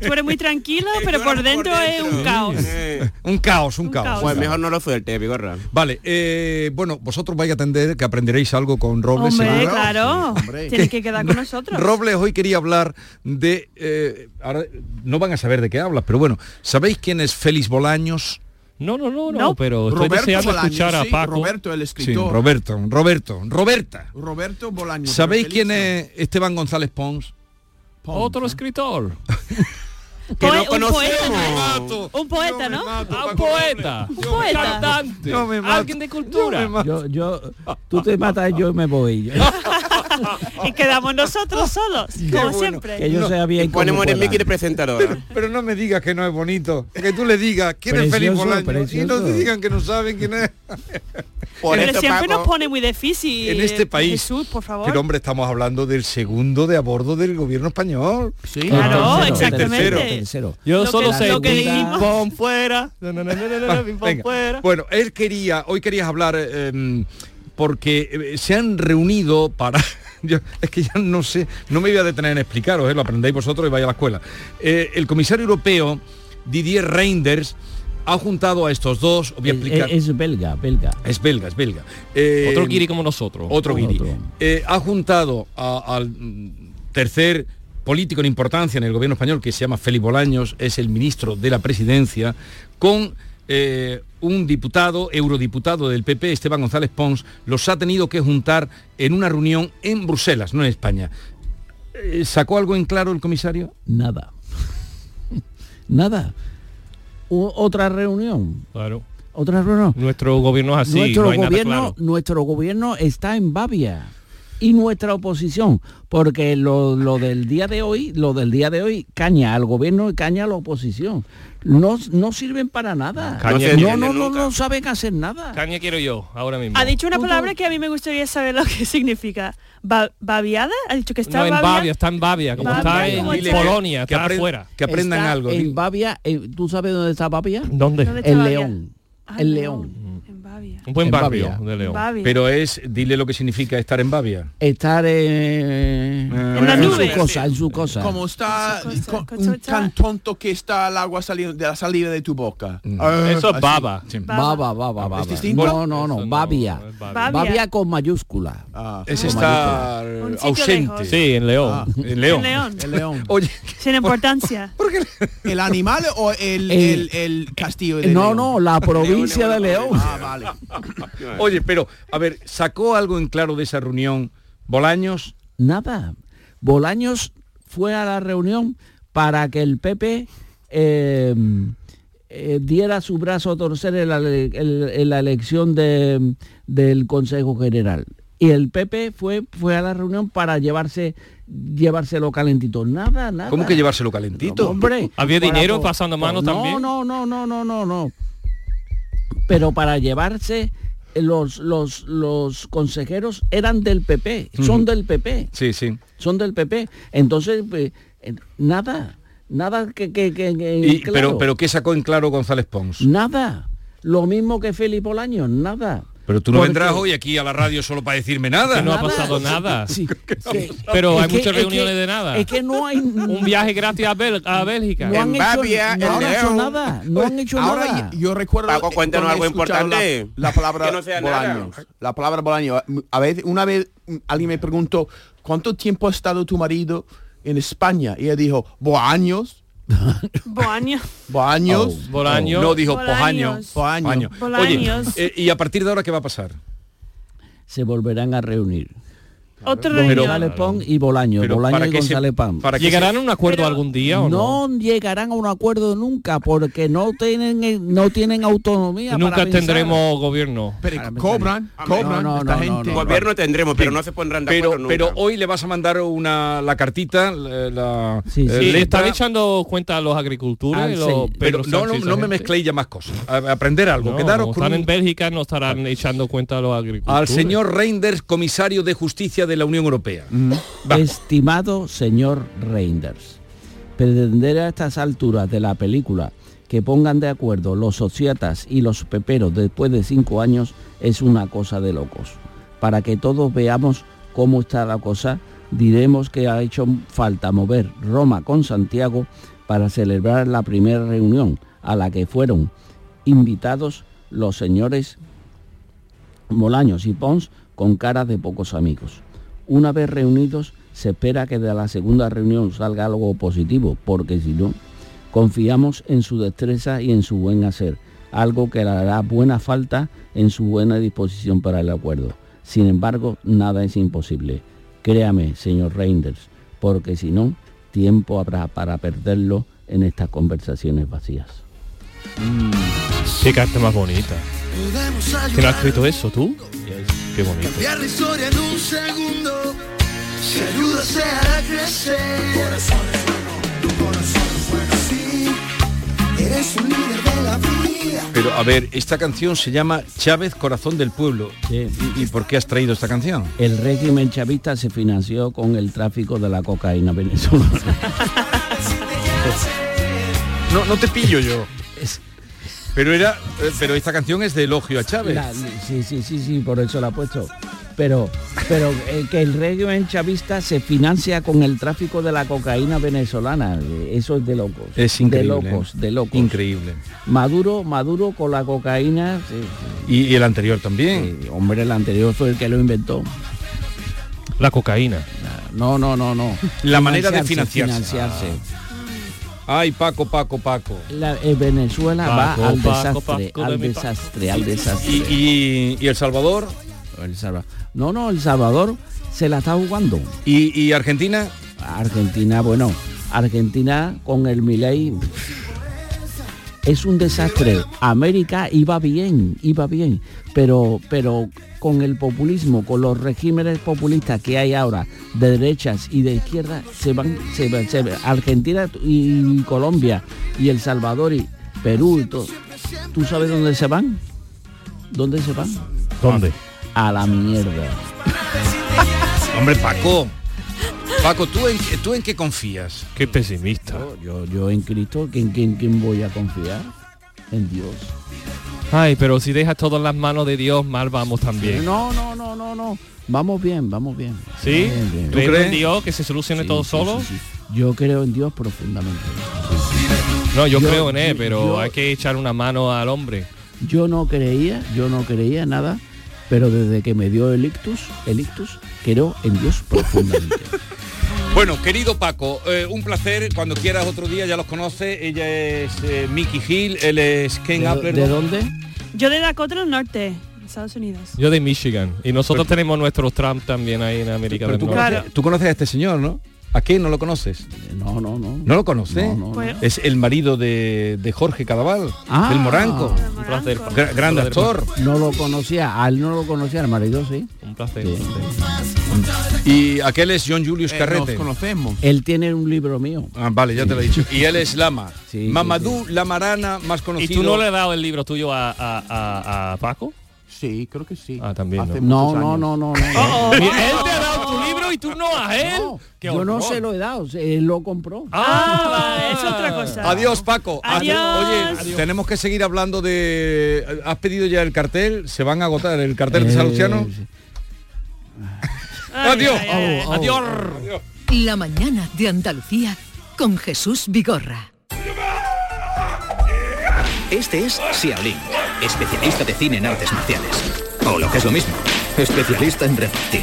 [SPEAKER 7] Tú eres muy tranquilo, pero por dentro, es un caos.
[SPEAKER 8] Eh,
[SPEAKER 4] Un caos, un,
[SPEAKER 7] Un
[SPEAKER 4] caos.
[SPEAKER 7] caos.
[SPEAKER 8] Pues mejor no lo suelte, Vigorra.
[SPEAKER 4] Vale, eh, bueno, vosotros vais a atender que aprenderéis algo con Robles.
[SPEAKER 7] Hombre,
[SPEAKER 4] seguro.
[SPEAKER 7] claro.
[SPEAKER 6] Sí, hombre.
[SPEAKER 7] Tienes que quedar con nosotros.
[SPEAKER 4] Robles hoy quería hablar de... eh, ahora no van a saber de qué hablas, pero bueno, ¿sabéis quién es Félix Bolaños?
[SPEAKER 5] No, no, no, no,
[SPEAKER 7] No.
[SPEAKER 5] pero estoy deseando
[SPEAKER 6] Bolaños,
[SPEAKER 5] escuchar a
[SPEAKER 6] sí,
[SPEAKER 5] Paco.
[SPEAKER 6] Roberto, el
[SPEAKER 4] Sí,
[SPEAKER 6] escritor.
[SPEAKER 4] Roberto, Roberto, Roberta.
[SPEAKER 6] Roberto Bolaños.
[SPEAKER 4] ¿Sabéis
[SPEAKER 6] pero
[SPEAKER 4] quién
[SPEAKER 6] feliz,
[SPEAKER 4] es Esteban González Pons?
[SPEAKER 6] ¿no? Pon,
[SPEAKER 5] Otro
[SPEAKER 6] ¿no?
[SPEAKER 5] escritor.
[SPEAKER 8] que
[SPEAKER 7] Poe-
[SPEAKER 8] no
[SPEAKER 7] un poeta,
[SPEAKER 8] conocemos.
[SPEAKER 7] Un poeta, ¿no?
[SPEAKER 5] Ah, un poeta,
[SPEAKER 7] Un
[SPEAKER 5] un
[SPEAKER 7] poeta.
[SPEAKER 5] cantante,
[SPEAKER 7] *laughs*
[SPEAKER 4] Yo me mato.
[SPEAKER 5] alguien de cultura.
[SPEAKER 9] Yo, yo, tú te matas, yo me voy.
[SPEAKER 7] Y quedamos nosotros solos, como
[SPEAKER 4] bueno.
[SPEAKER 9] que
[SPEAKER 7] siempre.
[SPEAKER 9] yo sea bien.
[SPEAKER 8] Y ponemos
[SPEAKER 9] como
[SPEAKER 8] en Mickey de
[SPEAKER 9] pueda. *laughs*
[SPEAKER 8] presentadora.
[SPEAKER 4] Pero no me digas que no es bonito. Que tú le digas quién es Felipe
[SPEAKER 9] Precioso,
[SPEAKER 4] Bolaño y no te
[SPEAKER 9] precioso.
[SPEAKER 4] digan que no saben quién es.
[SPEAKER 8] Por
[SPEAKER 7] Pero
[SPEAKER 8] eso,
[SPEAKER 7] siempre nos
[SPEAKER 8] Paco,
[SPEAKER 7] pone muy difícil.
[SPEAKER 4] en este país.
[SPEAKER 7] Jesús, por favor.
[SPEAKER 4] Pero hombre, estamos hablando del segundo de a bordo del gobierno español.
[SPEAKER 9] Sí,
[SPEAKER 7] Claro,
[SPEAKER 9] el tercero,
[SPEAKER 7] exactamente.
[SPEAKER 9] el tercero.
[SPEAKER 5] Oh, Yo
[SPEAKER 7] Lo que-
[SPEAKER 5] solo sé
[SPEAKER 7] lo que
[SPEAKER 5] ping
[SPEAKER 7] dijimos.
[SPEAKER 5] pong
[SPEAKER 11] *laughs*
[SPEAKER 5] fuera. No, no, no, no, no, *laughs* no, ping pong
[SPEAKER 4] Ah, Venga.
[SPEAKER 5] fuera.
[SPEAKER 4] Bueno, él quería, hoy querías hablar eh, em, porque eh, se han reunido para. *laughs* yo- es que ya no sé, no me voy a detener en explicaros, eh, lo aprendéis vosotros y vais a la escuela. Eh, el comisario europeo, Didier Reinders, ha juntado a estos dos,
[SPEAKER 5] Eh,
[SPEAKER 4] os voy a
[SPEAKER 9] Es,
[SPEAKER 4] explicar.
[SPEAKER 9] es belga, belga.
[SPEAKER 4] Es belga, es belga. Eh,
[SPEAKER 5] Otro guiri como nosotros.
[SPEAKER 4] Otro guiri.
[SPEAKER 9] Otro.
[SPEAKER 4] Eh, ha juntado a- al mm, tercer político en importancia en el gobierno español, que se llama Félix Bolaños, es el ministro de la presidencia, con eh, un diputado, eurodiputado del PP, Esteban González Pons, los ha tenido que juntar en una reunión en Bruselas, no en España. Eh, ¿Sacó algo en claro el comisario?
[SPEAKER 9] Nada. Nada. U- otra reunión.
[SPEAKER 5] Claro.
[SPEAKER 9] Otra reunión.
[SPEAKER 5] Nuestro gobierno es así.
[SPEAKER 9] nuestro,
[SPEAKER 5] no hay
[SPEAKER 9] gobierno,
[SPEAKER 5] nada claro.
[SPEAKER 9] nuestro gobierno está en Babia y nuestra oposición, porque lo, lo del día de hoy, lo del día de hoy, caña al gobierno y caña a la oposición. No, no sirven para nada.
[SPEAKER 5] Caña
[SPEAKER 9] no,
[SPEAKER 5] se
[SPEAKER 9] no,
[SPEAKER 8] entiende
[SPEAKER 9] no, no,
[SPEAKER 8] nunca.
[SPEAKER 9] no saben hacer nada.
[SPEAKER 5] Caña quiero yo, ahora mismo.
[SPEAKER 7] Ha dicho una
[SPEAKER 9] Tú, tú.
[SPEAKER 7] palabra que a mí me gustaría saber lo que significa. Ba- ¿Babiada? ¿Ha dicho que está
[SPEAKER 5] no, en
[SPEAKER 7] babia?
[SPEAKER 5] Bavia, está en Bavia, como
[SPEAKER 7] Babia,
[SPEAKER 5] está
[SPEAKER 7] como
[SPEAKER 5] en
[SPEAKER 7] el-
[SPEAKER 5] Polonia,
[SPEAKER 4] que,
[SPEAKER 5] está
[SPEAKER 4] apren-
[SPEAKER 5] afuera.
[SPEAKER 4] que aprendan
[SPEAKER 9] Está
[SPEAKER 4] algo.
[SPEAKER 9] En Babia, eh, ¿tú sabes dónde está Babia?
[SPEAKER 7] ¿Dónde
[SPEAKER 5] ¿Dónde?
[SPEAKER 7] está
[SPEAKER 9] El
[SPEAKER 7] Babia?
[SPEAKER 9] León.
[SPEAKER 7] Ah,
[SPEAKER 9] El
[SPEAKER 7] En Babia.
[SPEAKER 5] Un buen
[SPEAKER 9] En
[SPEAKER 5] barrio
[SPEAKER 9] Babia.
[SPEAKER 5] de León.
[SPEAKER 7] Babia.
[SPEAKER 4] Pero es, dile lo que significa estar en Babia.
[SPEAKER 9] Estar eh,
[SPEAKER 4] En
[SPEAKER 7] la nube.
[SPEAKER 9] su cosa, en su cosa.
[SPEAKER 6] Como está
[SPEAKER 7] Esas cosas,
[SPEAKER 6] co-
[SPEAKER 7] cosas,
[SPEAKER 6] un
[SPEAKER 7] cosas.
[SPEAKER 6] tan tonto que está el agua saliendo de la salida de tu boca.
[SPEAKER 9] Mm.
[SPEAKER 6] Ah,
[SPEAKER 5] Eso es
[SPEAKER 6] así.
[SPEAKER 5] baba.
[SPEAKER 9] Baba, baba, baba.
[SPEAKER 6] distinto?
[SPEAKER 9] No, no,
[SPEAKER 5] Eso
[SPEAKER 9] no,
[SPEAKER 5] no,
[SPEAKER 9] Babia.
[SPEAKER 5] es
[SPEAKER 7] Babia.
[SPEAKER 5] Babia.
[SPEAKER 9] Babia con mayúscula.
[SPEAKER 6] Ah,
[SPEAKER 4] Es
[SPEAKER 9] Ah.
[SPEAKER 4] estar
[SPEAKER 7] Un sitio
[SPEAKER 4] ausente.
[SPEAKER 7] lejos.
[SPEAKER 5] Sí, en León.
[SPEAKER 6] Ah.
[SPEAKER 4] En León.
[SPEAKER 7] En León.
[SPEAKER 6] el
[SPEAKER 9] *laughs*
[SPEAKER 6] león.
[SPEAKER 4] Oye,
[SPEAKER 7] Sin importancia.
[SPEAKER 6] ¿El animal o el,
[SPEAKER 9] El-
[SPEAKER 6] el, el castillo de
[SPEAKER 9] Eh, No,
[SPEAKER 6] León?
[SPEAKER 9] no, la provincia de León.
[SPEAKER 6] Ah, vale.
[SPEAKER 4] Oye, pero, a ver, ¿sacó algo en claro de esa reunión Bolaños?
[SPEAKER 9] Nada. Bolaños fue a la reunión para que el PP eh, eh, diera su brazo a torcer en la, ele- el- en la elección de- del Consejo General. Y el PP fue, fue a la reunión para llevarse llevárselo calentito. Nada, nada.
[SPEAKER 4] ¿Cómo que llevárselo calentito?
[SPEAKER 9] Hombre,
[SPEAKER 5] ¿Había
[SPEAKER 9] para
[SPEAKER 5] dinero
[SPEAKER 9] po-
[SPEAKER 5] pasando mano
[SPEAKER 9] no,
[SPEAKER 5] también?
[SPEAKER 9] No, no, no, no, no, no. Pero para llevarse eh, los, los, los consejeros eran del PP, son del PP,
[SPEAKER 4] Sí, sí.
[SPEAKER 9] son del PP. Entonces, pues, eh, nada, nada que... que, que- que-
[SPEAKER 4] Y-
[SPEAKER 9] claro,
[SPEAKER 4] pero, pero ¿qué sacó en claro González Pons?
[SPEAKER 9] Nada. Lo mismo que Felipe Olaño, nada.
[SPEAKER 4] Pero tú no
[SPEAKER 9] Porque-
[SPEAKER 4] vendrás hoy aquí a la radio solo para decirme
[SPEAKER 5] Que
[SPEAKER 4] nada.
[SPEAKER 5] no ha pasado
[SPEAKER 4] *laughs*
[SPEAKER 5] nada.
[SPEAKER 9] Sí, sí.
[SPEAKER 5] Pero
[SPEAKER 9] Es
[SPEAKER 5] hay
[SPEAKER 9] que-
[SPEAKER 5] muchas
[SPEAKER 9] es que-
[SPEAKER 5] reuniones de nada.
[SPEAKER 9] Es
[SPEAKER 5] *laughs*
[SPEAKER 9] que no hay...
[SPEAKER 5] Un viaje gratis a, Bel- a Bélgica.
[SPEAKER 9] No han,
[SPEAKER 8] En
[SPEAKER 9] hecho,
[SPEAKER 8] Babia,
[SPEAKER 9] no
[SPEAKER 5] oh,
[SPEAKER 8] en
[SPEAKER 9] han hecho
[SPEAKER 8] León.
[SPEAKER 9] nada, no han hecho
[SPEAKER 6] Ahora
[SPEAKER 9] nada.
[SPEAKER 6] yo- yo recuerdo
[SPEAKER 8] Paco, cuéntanos
[SPEAKER 6] cuando he
[SPEAKER 8] algo
[SPEAKER 6] escuchado
[SPEAKER 8] importante.
[SPEAKER 6] La, la palabra
[SPEAKER 8] Que no sea nada.
[SPEAKER 6] Bolaños. La palabra Bolaños. A veces, una vez mm, alguien me preguntó, ¿cuánto tiempo ha estado tu marido en España? Y ella dijo, Bolaños,
[SPEAKER 7] Boaño.
[SPEAKER 6] Bolaños.
[SPEAKER 4] Oh,
[SPEAKER 5] Bolaño.
[SPEAKER 4] No, dijo
[SPEAKER 6] "Pues,
[SPEAKER 7] Bolaños.
[SPEAKER 4] Pojaño. Pojaño.
[SPEAKER 7] Bolaños.
[SPEAKER 4] Oye, eh, ¿y a partir de ahora qué va a pasar?
[SPEAKER 9] Se volverán a reunir.
[SPEAKER 7] Otro
[SPEAKER 9] González
[SPEAKER 7] reunión.
[SPEAKER 9] Pons y Bolaño,
[SPEAKER 4] Pero
[SPEAKER 9] Bolaño y
[SPEAKER 4] que se-
[SPEAKER 9] González Pons.
[SPEAKER 4] para que
[SPEAKER 5] ¿Llegarán a un acuerdo
[SPEAKER 7] Pero-
[SPEAKER 5] algún día o no?
[SPEAKER 9] No llegarán a un acuerdo nunca porque no tienen eh, no tienen autonomía.
[SPEAKER 5] Y nunca
[SPEAKER 9] para pensar.
[SPEAKER 5] tendremos gobierno.
[SPEAKER 6] Pero cobran, cobran
[SPEAKER 9] No, no,
[SPEAKER 6] esta
[SPEAKER 9] no, no,
[SPEAKER 6] gente.
[SPEAKER 9] no.
[SPEAKER 8] Gobierno tendremos, pero no se pondrán de acuerdo
[SPEAKER 4] pero, pero
[SPEAKER 8] nunca.
[SPEAKER 4] hoy le vas a mandar una, la cartita, la, la-
[SPEAKER 9] Sí, sí.
[SPEAKER 4] eh,
[SPEAKER 5] Sí, le
[SPEAKER 4] letra.
[SPEAKER 5] están echando cuenta a los agricultores,
[SPEAKER 9] Al
[SPEAKER 5] los
[SPEAKER 9] señor.
[SPEAKER 4] pero
[SPEAKER 5] Pedro
[SPEAKER 4] no, no,
[SPEAKER 5] Sánchez,
[SPEAKER 4] no
[SPEAKER 5] esa
[SPEAKER 4] me
[SPEAKER 5] gente.
[SPEAKER 4] mezcléis ya más cosas. A- a aprender algo.
[SPEAKER 5] No,
[SPEAKER 4] Quedaros
[SPEAKER 5] como
[SPEAKER 4] con
[SPEAKER 5] están
[SPEAKER 4] un-
[SPEAKER 5] en Bélgica no estarán echando cuenta a los
[SPEAKER 4] al
[SPEAKER 5] agricultores.
[SPEAKER 4] señor Reinders, comisario de justicia de la Unión Europea. Va.
[SPEAKER 9] Estimado señor Reinders, pretender a estas alturas de la película que pongan de acuerdo los sociatas y los peperos después de cinco años es una cosa de locos. Para que todos veamos cómo está la cosa, diremos que ha hecho falta mover Roma con Santiago para celebrar la primera reunión a la que fueron invitados los señores Molaños y Pons con caras de pocos amigos. Una vez reunidos, se espera que de la segunda reunión salga algo positivo, porque si no, confiamos en su destreza y en su buen hacer, algo que le hará buena falta en su buena disposición para el acuerdo. Sin embargo, nada es imposible. Créame, señor Reinders, porque si no, tiempo habrá para perderlo en estas conversaciones vacías. Mm.
[SPEAKER 5] Qué carta más bonita. ¿Quién ha escrito eso, tú? Qué bonito.
[SPEAKER 12] la historia en un segundo. Si ayuda se hará crecer. Eres un líder de la vida.
[SPEAKER 4] Pero a ver, esta canción se llama Chávez Corazón del Pueblo. ¿Y, y por qué has traído esta canción?
[SPEAKER 9] El régimen chavista se financió con el tráfico de la
[SPEAKER 5] *laughs*
[SPEAKER 9] cocaína venezolana.
[SPEAKER 4] No, no te pillo yo. Pero era, eh, pero esta canción es de elogio a Chávez.
[SPEAKER 9] La- sí, sí, sí, sí, por eso la he puesto. Pero, pero eh, que el régimen chavista se financia con el tráfico de la cocaína venezolana, eh, eso es de locos.
[SPEAKER 4] Es increíble. ¿eh?
[SPEAKER 9] De locos, de locos.
[SPEAKER 4] Increíble.
[SPEAKER 9] Maduro, Maduro con la cocaína, sí,
[SPEAKER 4] Y, y el anterior también.
[SPEAKER 9] sí, hombre, el anterior fue el que lo inventó.
[SPEAKER 5] La cocaína.
[SPEAKER 9] No, no, no, no.
[SPEAKER 4] La manera de financiarse. Ah.
[SPEAKER 9] financiarse.
[SPEAKER 4] Ay, Paco, Paco, Paco.
[SPEAKER 9] La- eh, Venezuela
[SPEAKER 5] Paco,
[SPEAKER 9] va al
[SPEAKER 5] Paco,
[SPEAKER 9] desastre,
[SPEAKER 5] Paco de
[SPEAKER 9] al
[SPEAKER 5] mi Paco.
[SPEAKER 9] desastre, al desastre.
[SPEAKER 4] Y, y- y El Salvador
[SPEAKER 9] El Salva- No, no, El Salvador se la está jugando.
[SPEAKER 4] y, y Argentina.
[SPEAKER 9] Argentina, bueno, Argentina con el Milei es un desastre. América iba bien, iba bien, pero pero con el populismo, con los regímenes populistas que hay ahora de derechas y de izquierda se van se, va- se va- Argentina y Colombia y El Salvador y Perú y todo. ¿Tú sabes dónde se van? ¿Dónde se van?
[SPEAKER 5] ¿Dónde?
[SPEAKER 9] A la mierda.
[SPEAKER 4] *laughs* Hombre, Paco. Paco, ¿tú en, qué- ¿tú en qué confías?
[SPEAKER 5] Qué pesimista.
[SPEAKER 9] Yo, yo en Cristo, ¿quién, quién, quién voy a confiar? En Dios.
[SPEAKER 5] Ay, pero si dejas todo en las manos de Dios, mal vamos también.
[SPEAKER 9] No, no, no, no, no. Vamos bien, vamos bien.
[SPEAKER 5] ¿Sí?
[SPEAKER 9] Bien, bien.
[SPEAKER 5] ¿Tú
[SPEAKER 4] ¿Tú
[SPEAKER 5] crees
[SPEAKER 4] crees?
[SPEAKER 5] en Dios que se solucione
[SPEAKER 9] Sí,
[SPEAKER 5] todo
[SPEAKER 9] sí,
[SPEAKER 5] solo?
[SPEAKER 9] sí, sí. Yo creo en Dios profundamente.
[SPEAKER 5] No, yo,
[SPEAKER 9] Yo-
[SPEAKER 5] creo en él, pero
[SPEAKER 9] yo-
[SPEAKER 5] hay que echar una mano al hombre.
[SPEAKER 9] Yo no creía, yo no creía nada, pero desde que me dio el ictus, el ictus, creo en Dios profundamente.
[SPEAKER 4] Bueno, querido Paco, eh, un placer. Cuando quieras otro día ya los conoce. Ella es eh, Mickey Hill, él es Ken
[SPEAKER 9] ¿De, do-
[SPEAKER 4] Appler.
[SPEAKER 9] de dónde?
[SPEAKER 7] Yo de Dakota del Norte, Estados Unidos.
[SPEAKER 5] Yo de Michigan. Y nosotros tenemos nuestros Trump también ahí en América del
[SPEAKER 4] Pero tú,
[SPEAKER 5] Norte.
[SPEAKER 7] Claro.
[SPEAKER 4] conoces, tú conoces a este señor, ¿no? ¿A qué no lo conoces?
[SPEAKER 9] No, no, no.
[SPEAKER 4] ¿No lo conoces?
[SPEAKER 9] No, no,
[SPEAKER 5] Pues-
[SPEAKER 7] Bueno.
[SPEAKER 4] Es el marido de, de Jorge Cadaval,
[SPEAKER 9] Ah.
[SPEAKER 4] del Moranco.
[SPEAKER 5] Un placer.
[SPEAKER 4] *laughs*
[SPEAKER 7] Moranco.
[SPEAKER 4] Gra- gran actor.
[SPEAKER 9] No lo conocía, al no lo conocía, al marido sí.
[SPEAKER 6] Eh,
[SPEAKER 5] Un placer.
[SPEAKER 9] Bien.
[SPEAKER 4] Y aquel es John Julius
[SPEAKER 6] Eh,
[SPEAKER 4] Carrete.
[SPEAKER 6] nos conocemos.
[SPEAKER 9] Él tiene un libro mío.
[SPEAKER 4] Ah, vale, ya te lo he dicho. Y él es Lama.
[SPEAKER 9] Sí,
[SPEAKER 4] Mamadou Lamarana, más
[SPEAKER 5] ¿Y tú
[SPEAKER 4] conocido.
[SPEAKER 5] no le has dado el libro tuyo a, a- a- a Paco?
[SPEAKER 6] Sí, creo que sí.
[SPEAKER 5] Ah, también, Oh,
[SPEAKER 6] Hace
[SPEAKER 9] No,
[SPEAKER 6] muchos
[SPEAKER 9] no,
[SPEAKER 6] años.
[SPEAKER 5] *laughs*
[SPEAKER 9] no, no, no.
[SPEAKER 5] Mira, él te ha dado tu libro y tú no a él.
[SPEAKER 9] No,
[SPEAKER 5] ¡Qué
[SPEAKER 9] yo no
[SPEAKER 5] horror!
[SPEAKER 9] se lo he dado, se- él lo compró. *laughs*
[SPEAKER 5] Ah,
[SPEAKER 7] Ah, es otra cosa.
[SPEAKER 4] Adiós, Paco.
[SPEAKER 7] Adiós.
[SPEAKER 4] Oye,
[SPEAKER 7] Adiós.
[SPEAKER 4] tenemos que seguir hablando de... eh, ¿Has pedido ya el cartel? ¿Se van a agotar el cartel de
[SPEAKER 9] Eh,
[SPEAKER 4] Salustiano?
[SPEAKER 9] sí.
[SPEAKER 7] Ay,
[SPEAKER 4] Adiós.
[SPEAKER 7] ay, ay, ay.
[SPEAKER 5] Adiós.
[SPEAKER 2] La mañana de Andalucía con Jesús Vigorra.
[SPEAKER 13] Este es Xiaolin, especialista de cine en artes marciales. O lo que es lo mismo, especialista en repartir.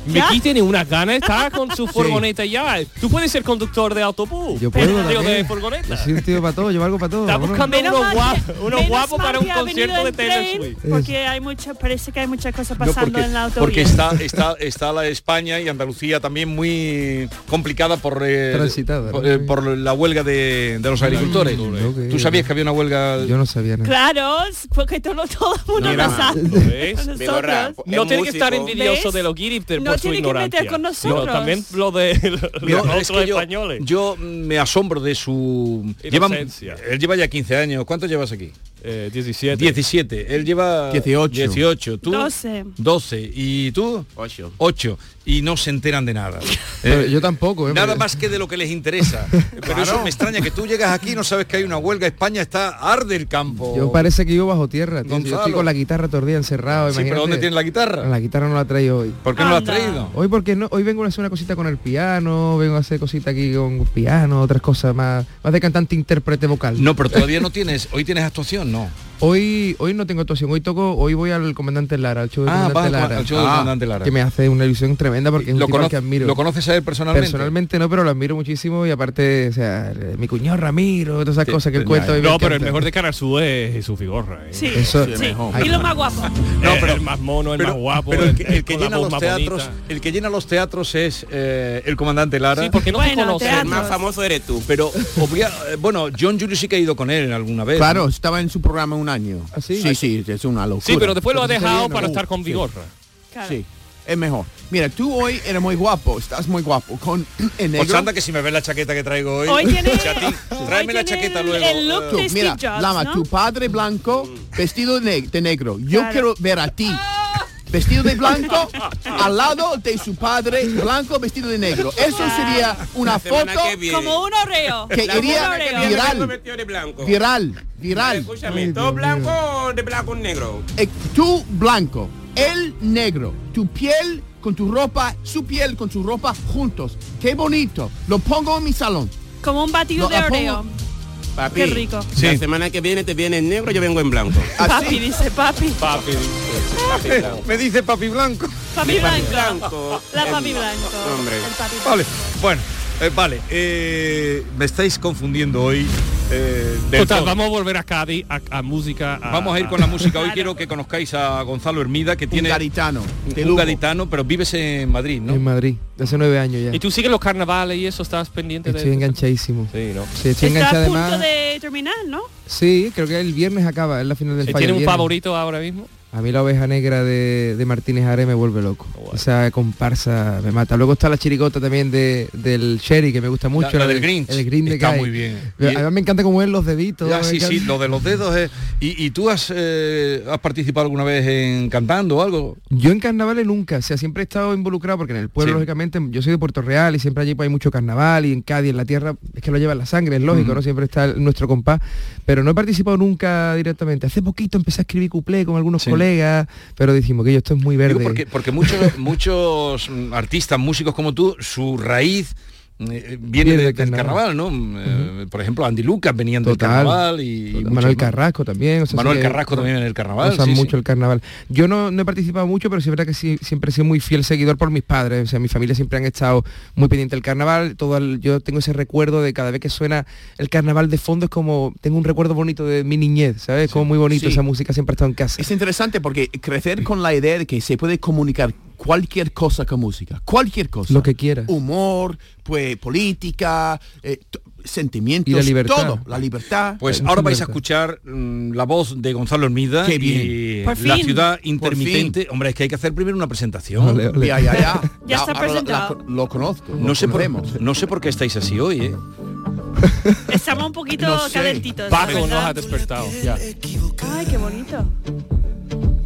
[SPEAKER 5] Miki tiene unas ganas, está con su furgoneta ya. Tú puedes ser conductor de autobús.
[SPEAKER 14] Yo puedo
[SPEAKER 5] Digo, de
[SPEAKER 14] también.
[SPEAKER 5] furgoneta.
[SPEAKER 14] Yo soy un tío para todo, llevo algo para todo.
[SPEAKER 5] Está
[SPEAKER 14] vámonos.
[SPEAKER 5] buscando unos
[SPEAKER 7] mal
[SPEAKER 5] guapos,
[SPEAKER 7] que-
[SPEAKER 5] unos
[SPEAKER 7] menos
[SPEAKER 5] guapos
[SPEAKER 7] mal
[SPEAKER 5] para
[SPEAKER 7] que
[SPEAKER 5] un
[SPEAKER 7] ha venido
[SPEAKER 5] concierto de
[SPEAKER 7] en
[SPEAKER 5] Taylor
[SPEAKER 7] tren,
[SPEAKER 5] Swift.
[SPEAKER 7] Porque hay mucho, parece que hay muchas cosas
[SPEAKER 4] No,
[SPEAKER 7] pasando
[SPEAKER 4] porque,
[SPEAKER 7] en la autovía.
[SPEAKER 4] porque está, está, está la España y Andalucía también muy complicada por, eh,
[SPEAKER 14] Transitada, ¿no?
[SPEAKER 4] por, eh, por la huelga de, de los agricultores.
[SPEAKER 14] ok,
[SPEAKER 4] ¿Tú
[SPEAKER 14] ok.
[SPEAKER 4] sabías que había una huelga?
[SPEAKER 14] Yo no sabía nada.
[SPEAKER 7] Claro, porque todo, lo- todo el mundo
[SPEAKER 4] Mira,
[SPEAKER 7] lo sabe.
[SPEAKER 5] ¿Ves?
[SPEAKER 7] Nosotros.
[SPEAKER 5] Bigorra, No
[SPEAKER 7] es
[SPEAKER 5] tiene que estar
[SPEAKER 7] músico.
[SPEAKER 5] envidioso
[SPEAKER 7] ¿Ves?
[SPEAKER 5] de los guiris por por
[SPEAKER 7] No
[SPEAKER 5] su
[SPEAKER 7] tiene que
[SPEAKER 5] ignorancia.
[SPEAKER 7] meter con
[SPEAKER 5] No,
[SPEAKER 7] nosotros.
[SPEAKER 5] también lo
[SPEAKER 14] *laughs*
[SPEAKER 5] de los *laughs*
[SPEAKER 4] No,
[SPEAKER 5] otros
[SPEAKER 4] es que yo,
[SPEAKER 5] españoles.
[SPEAKER 4] yo me asombro de su... Lleva,
[SPEAKER 5] Inocencia. Eh,
[SPEAKER 4] él lleva ya 15 años. ¿Cuántos llevas aquí?
[SPEAKER 5] 17.
[SPEAKER 4] 17. Él lleva
[SPEAKER 5] 18.
[SPEAKER 4] 18. ¿Tú?
[SPEAKER 7] 12.
[SPEAKER 4] 12. ¿Y tú? 8. 8. Y no se enteran de nada.
[SPEAKER 14] *laughs* Pero yo tampoco, ¿eh?
[SPEAKER 4] Nada más que de lo que les
[SPEAKER 14] *laughs*
[SPEAKER 4] interesa. Pero eso me extraña que tú llegas aquí y no sabes que hay una huelga. España está arde el campo.
[SPEAKER 14] Yo parece que vivo bajo tierra. tío. Yo estoy
[SPEAKER 4] Oh. Gonzalo.
[SPEAKER 14] con la guitarra todo el día encerrado.
[SPEAKER 4] Sí, pero
[SPEAKER 14] imagínate.
[SPEAKER 4] ¿dónde tienes la guitarra?
[SPEAKER 14] La guitarra no la traigo hoy.
[SPEAKER 4] ¿Por qué no la has traído?
[SPEAKER 14] Hoy porque no, hoy vengo a hacer una cosita con el piano, vengo a hacer cosita aquí con piano, otras cosas más, más de cantante intérprete vocal.
[SPEAKER 4] No, pero todavía no tienes. Hoy tienes actuación, no.
[SPEAKER 14] Hoy hoy no tengo actuación, hoy toco, hoy voy al comandante Lara, al show del
[SPEAKER 4] Ah, vas
[SPEAKER 14] comandante
[SPEAKER 4] al
[SPEAKER 14] Lara.
[SPEAKER 4] co- al show del comandante Lara.
[SPEAKER 14] Que me hace una ilusión tremenda porque es un
[SPEAKER 4] ¿Lo,
[SPEAKER 14] tipo al que
[SPEAKER 4] conoce-
[SPEAKER 14] admiro.
[SPEAKER 4] ¿Lo conoces a él personalmente?
[SPEAKER 14] Personalmente no, pero lo admiro muchísimo y aparte, o sea, eh, mi cuñado Ramiro, todas esas cosas que él cuenta. y me
[SPEAKER 5] No, pero el
[SPEAKER 14] encanta.
[SPEAKER 5] mejor de Canal Sur es Jesús Figorra. ¿eh?
[SPEAKER 14] Sí, Eso- sí,
[SPEAKER 5] es
[SPEAKER 14] sí.
[SPEAKER 5] mejor.
[SPEAKER 7] Y lo
[SPEAKER 5] *laughs*
[SPEAKER 7] más guapo.
[SPEAKER 5] No, pero el más mono, el más guapo,
[SPEAKER 4] pero el que, el que
[SPEAKER 5] con la
[SPEAKER 4] llena
[SPEAKER 5] voz
[SPEAKER 4] los
[SPEAKER 5] más
[SPEAKER 4] teatros,
[SPEAKER 5] bonita.
[SPEAKER 4] el que llena los teatros es eh, el comandante Lara.
[SPEAKER 5] Sí, porque no te Bueno, conoce.
[SPEAKER 4] El
[SPEAKER 5] teatros.
[SPEAKER 4] más famoso eres tú. Pero obvia- eh, bueno, John Julius sí que ha ido con él alguna vez.
[SPEAKER 6] Claro,
[SPEAKER 4] ¿no?
[SPEAKER 6] estaba en su programa un año. ¿Ah, sí? sí, es una locura.
[SPEAKER 4] Sí, pero después lo ha dejado para
[SPEAKER 5] estar con
[SPEAKER 6] Sí.
[SPEAKER 5] Vigorra.
[SPEAKER 7] Claro.
[SPEAKER 6] Sí, es mejor. Mira, tú hoy eres muy guapo, estás muy guapo. Con *clears throat* el negro.
[SPEAKER 4] Pues anda que si me ves la chaqueta que traigo hoy.
[SPEAKER 6] Hoy tiene-
[SPEAKER 4] *laughs* Chatín, tráeme la chaqueta luego. Eh, Mm.
[SPEAKER 6] Tú, mira, Lama, tu padre blanco vestido de, ne- de negro. Yo
[SPEAKER 4] Claro.
[SPEAKER 6] quiero ver a ti. vestido de
[SPEAKER 4] *laughs*
[SPEAKER 6] blanco al lado de su padre blanco vestido de negro. Eso sería una
[SPEAKER 8] La semana
[SPEAKER 6] foto
[SPEAKER 8] que viene. Como un
[SPEAKER 7] oreo.
[SPEAKER 6] que
[SPEAKER 8] La
[SPEAKER 6] iría
[SPEAKER 8] semana que viene vengo
[SPEAKER 6] viral,
[SPEAKER 8] vestido de blanco.
[SPEAKER 6] viral, viral.
[SPEAKER 8] Escúchame, ¿todo blanco o de blanco con negro?
[SPEAKER 6] Eh, tú blanco, él negro, tu piel con tu ropa, su piel con su ropa juntos. Qué bonito. Lo pongo en mi salón.
[SPEAKER 7] Como un batido de oreo.
[SPEAKER 8] Papi,
[SPEAKER 7] Qué rico.
[SPEAKER 8] La semana que viene te viene en negro, yo vengo en blanco.
[SPEAKER 6] ¿Ah,
[SPEAKER 7] Papi, dice papi.
[SPEAKER 8] Papi,
[SPEAKER 6] *laughs*
[SPEAKER 8] papi blanco.
[SPEAKER 11] Me dice papi blanco.
[SPEAKER 7] Papi
[SPEAKER 8] Mi papi
[SPEAKER 7] blanco. La papi blanco.
[SPEAKER 8] Hombre.
[SPEAKER 7] El papi blanco.
[SPEAKER 11] Vale,
[SPEAKER 4] bueno, eh, vale, eh, me estáis confundiendo hoy. eh, del
[SPEAKER 5] Total,
[SPEAKER 4] todo.
[SPEAKER 5] vamos a volver a Cádiz, a, a música.
[SPEAKER 4] Vamos a ir con la música. Hoy quiero que conozcáis a Gonzalo Hermida, que tiene...
[SPEAKER 6] garitano.
[SPEAKER 4] Un garitano, pero vives en Madrid, ¿no?
[SPEAKER 14] En Madrid, hace nueve años ya.
[SPEAKER 5] ¿Y tú sigues los carnavales y eso? ¿Estás pendiente
[SPEAKER 14] Estoy
[SPEAKER 5] de
[SPEAKER 14] enganchadísimo.
[SPEAKER 5] Sí, ¿no?
[SPEAKER 14] Sí, estoy
[SPEAKER 7] Está
[SPEAKER 14] enganchado
[SPEAKER 7] a punto
[SPEAKER 14] además.
[SPEAKER 7] de terminar, ¿no?
[SPEAKER 14] Sí, creo que el viernes acaba, es la final del
[SPEAKER 5] Eh,
[SPEAKER 14] fallo.
[SPEAKER 5] ¿Tiene
[SPEAKER 14] el
[SPEAKER 5] un
[SPEAKER 14] viernes.
[SPEAKER 5] favorito ahora mismo?
[SPEAKER 14] A mí la oveja negra de, de Martínez Are me vuelve loco.
[SPEAKER 4] Oh,
[SPEAKER 14] Esa comparsa me mata. Luego está la chirigota también de, del Sherry, que me gusta mucho.
[SPEAKER 4] la del
[SPEAKER 14] de-
[SPEAKER 4] Grinch.
[SPEAKER 14] El Grinch de
[SPEAKER 4] Está
[SPEAKER 14] Kai.
[SPEAKER 4] muy bien.
[SPEAKER 14] Pero
[SPEAKER 4] Y-
[SPEAKER 14] Además me encanta cómo es los deditos.
[SPEAKER 4] Ah,
[SPEAKER 14] me
[SPEAKER 4] sí, sí,
[SPEAKER 14] encanta.
[SPEAKER 4] lo de los dedos es... ¿Y, y tú has, eh, has participado alguna vez en cantando o algo?
[SPEAKER 14] Yo en carnavales nunca, o sea, siempre he estado involucrado porque en el pueblo,
[SPEAKER 4] Sí.
[SPEAKER 14] lógicamente, yo soy de Puerto Real y siempre allí pues, hay mucho carnaval y en Cádiz, en la tierra, es que lo lleva en la sangre, es lógico,
[SPEAKER 4] Ujú.
[SPEAKER 14] ¿no? Siempre está el- nuestro compás, pero no he participado nunca directamente. Hace poquito empecé a escribir cuplé con algunos colegas, pero dijimos que yo esto es muy verde.
[SPEAKER 4] Digo porque porque muchos muchos mm, artistas, músicos como tú, su raíz mm, eh, viene
[SPEAKER 14] Viene
[SPEAKER 4] de-
[SPEAKER 14] del
[SPEAKER 4] del carnaval, ¿no? Mm, eh, Por ejemplo, Andy Lucas venían del
[SPEAKER 14] Total.
[SPEAKER 4] carnaval y, y muchos Pues, más.
[SPEAKER 14] Manuel Carrasco también. o sea,
[SPEAKER 4] Manuel
[SPEAKER 14] sí que
[SPEAKER 4] Carrasco también en el carnaval.
[SPEAKER 14] gozan
[SPEAKER 4] sí, sí.
[SPEAKER 14] mucho el carnaval. Yo no, no he participado mucho, pero sí es verdad que sí, siempre he sido muy fiel seguidor por mis padres. O sea, mi familia siempre han estado muy pendiente del carnaval. Todo el- yo tengo ese recuerdo de cada vez que suena el carnaval de fondo es como tengo un recuerdo bonito de mi niñez, ¿sabes? Como muy bonito
[SPEAKER 6] Sí.
[SPEAKER 14] esa música siempre ha estado en casa.
[SPEAKER 6] Es interesante porque crecer con la idea de que se puede comunicar cualquier cosa con música, cualquier cosa.
[SPEAKER 14] Lo que quieras.
[SPEAKER 6] Humor, pues política, eh, t- sentimientos,
[SPEAKER 4] Y la libertad.
[SPEAKER 6] todo, la libertad.
[SPEAKER 4] Pues ahora vais a escuchar mm, la voz de Gonzalo Hermida
[SPEAKER 6] Qué
[SPEAKER 4] y
[SPEAKER 6] bien. Por
[SPEAKER 4] la
[SPEAKER 6] fin.
[SPEAKER 4] ciudad
[SPEAKER 6] Por
[SPEAKER 4] intermitente. Hombre, es que hay que hacer primero una presentación.
[SPEAKER 6] Ole, ole. Ya, ya, ya. Ya está
[SPEAKER 4] ahora la-
[SPEAKER 7] presentado.
[SPEAKER 4] la-
[SPEAKER 6] lo conozco.
[SPEAKER 4] No sé, por, no sé por qué estáis así hoy, ¿eh?
[SPEAKER 7] Estamos un poquito
[SPEAKER 4] No sé.
[SPEAKER 7] calentitos. la
[SPEAKER 4] Paco nos
[SPEAKER 7] verdad.
[SPEAKER 4] ha despertado.
[SPEAKER 7] Ay, qué bonito.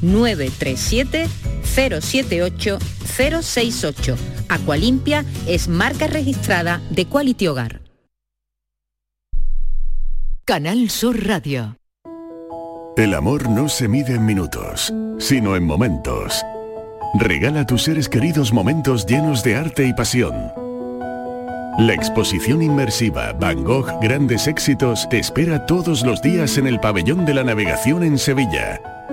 [SPEAKER 15] 937 078 068. Aqualimpia es marca registrada de Quality Hogar.
[SPEAKER 2] Canal Sur Radio.
[SPEAKER 16] El amor no se mide en minutos, sino en momentos. Regala a tus seres queridos momentos llenos de arte y pasión. La exposición inmersiva Van Gogh Grandes Éxitos te espera todos los días en el Pabellón de la Navegación en Sevilla.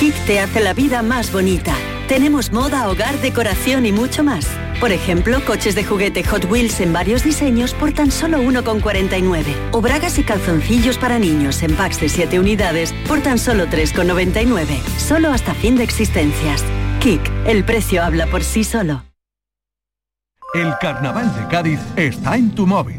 [SPEAKER 12] Kik te hace la vida más bonita. Tenemos moda, hogar, decoración y mucho más. Por ejemplo, coches de juguete Hot Wheels en varios diseños por tan solo 1,49. O bragas y calzoncillos para niños en packs de 7 unidades por tan solo 3,99. Solo hasta fin de existencias. Kik, el precio habla por sí solo.
[SPEAKER 10] El Carnaval de Cádiz está en tu móvil.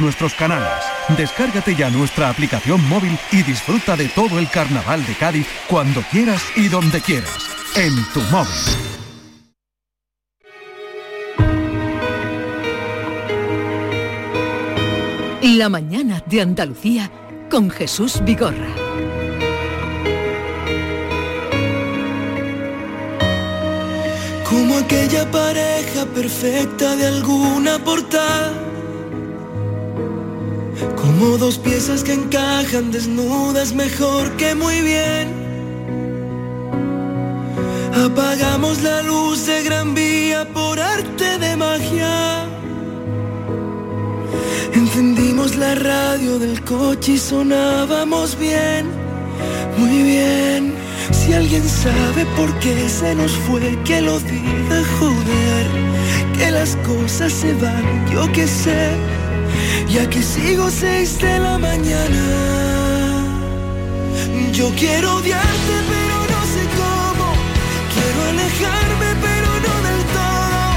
[SPEAKER 10] nuestros canales. Descárgate ya nuestra aplicación móvil y disfruta de todo el carnaval de Cádiz cuando quieras y donde quieras. En tu móvil.
[SPEAKER 2] La mañana de Andalucía con Jesús Vigorra.
[SPEAKER 17] Como aquella pareja perfecta de alguna portada. Como dos piezas que encajan desnudas mejor que muy bien. Apagamos la luz de Gran Vía por arte de magia. Encendimos la radio del coche y sonábamos bien, muy bien. Si alguien sabe por qué se nos fue, que lo diga, joder. Que las cosas se van, yo que sé. Ya que sigo seis de la mañana. Yo quiero odiarte, pero no sé cómo. alejarme, pero no del todo.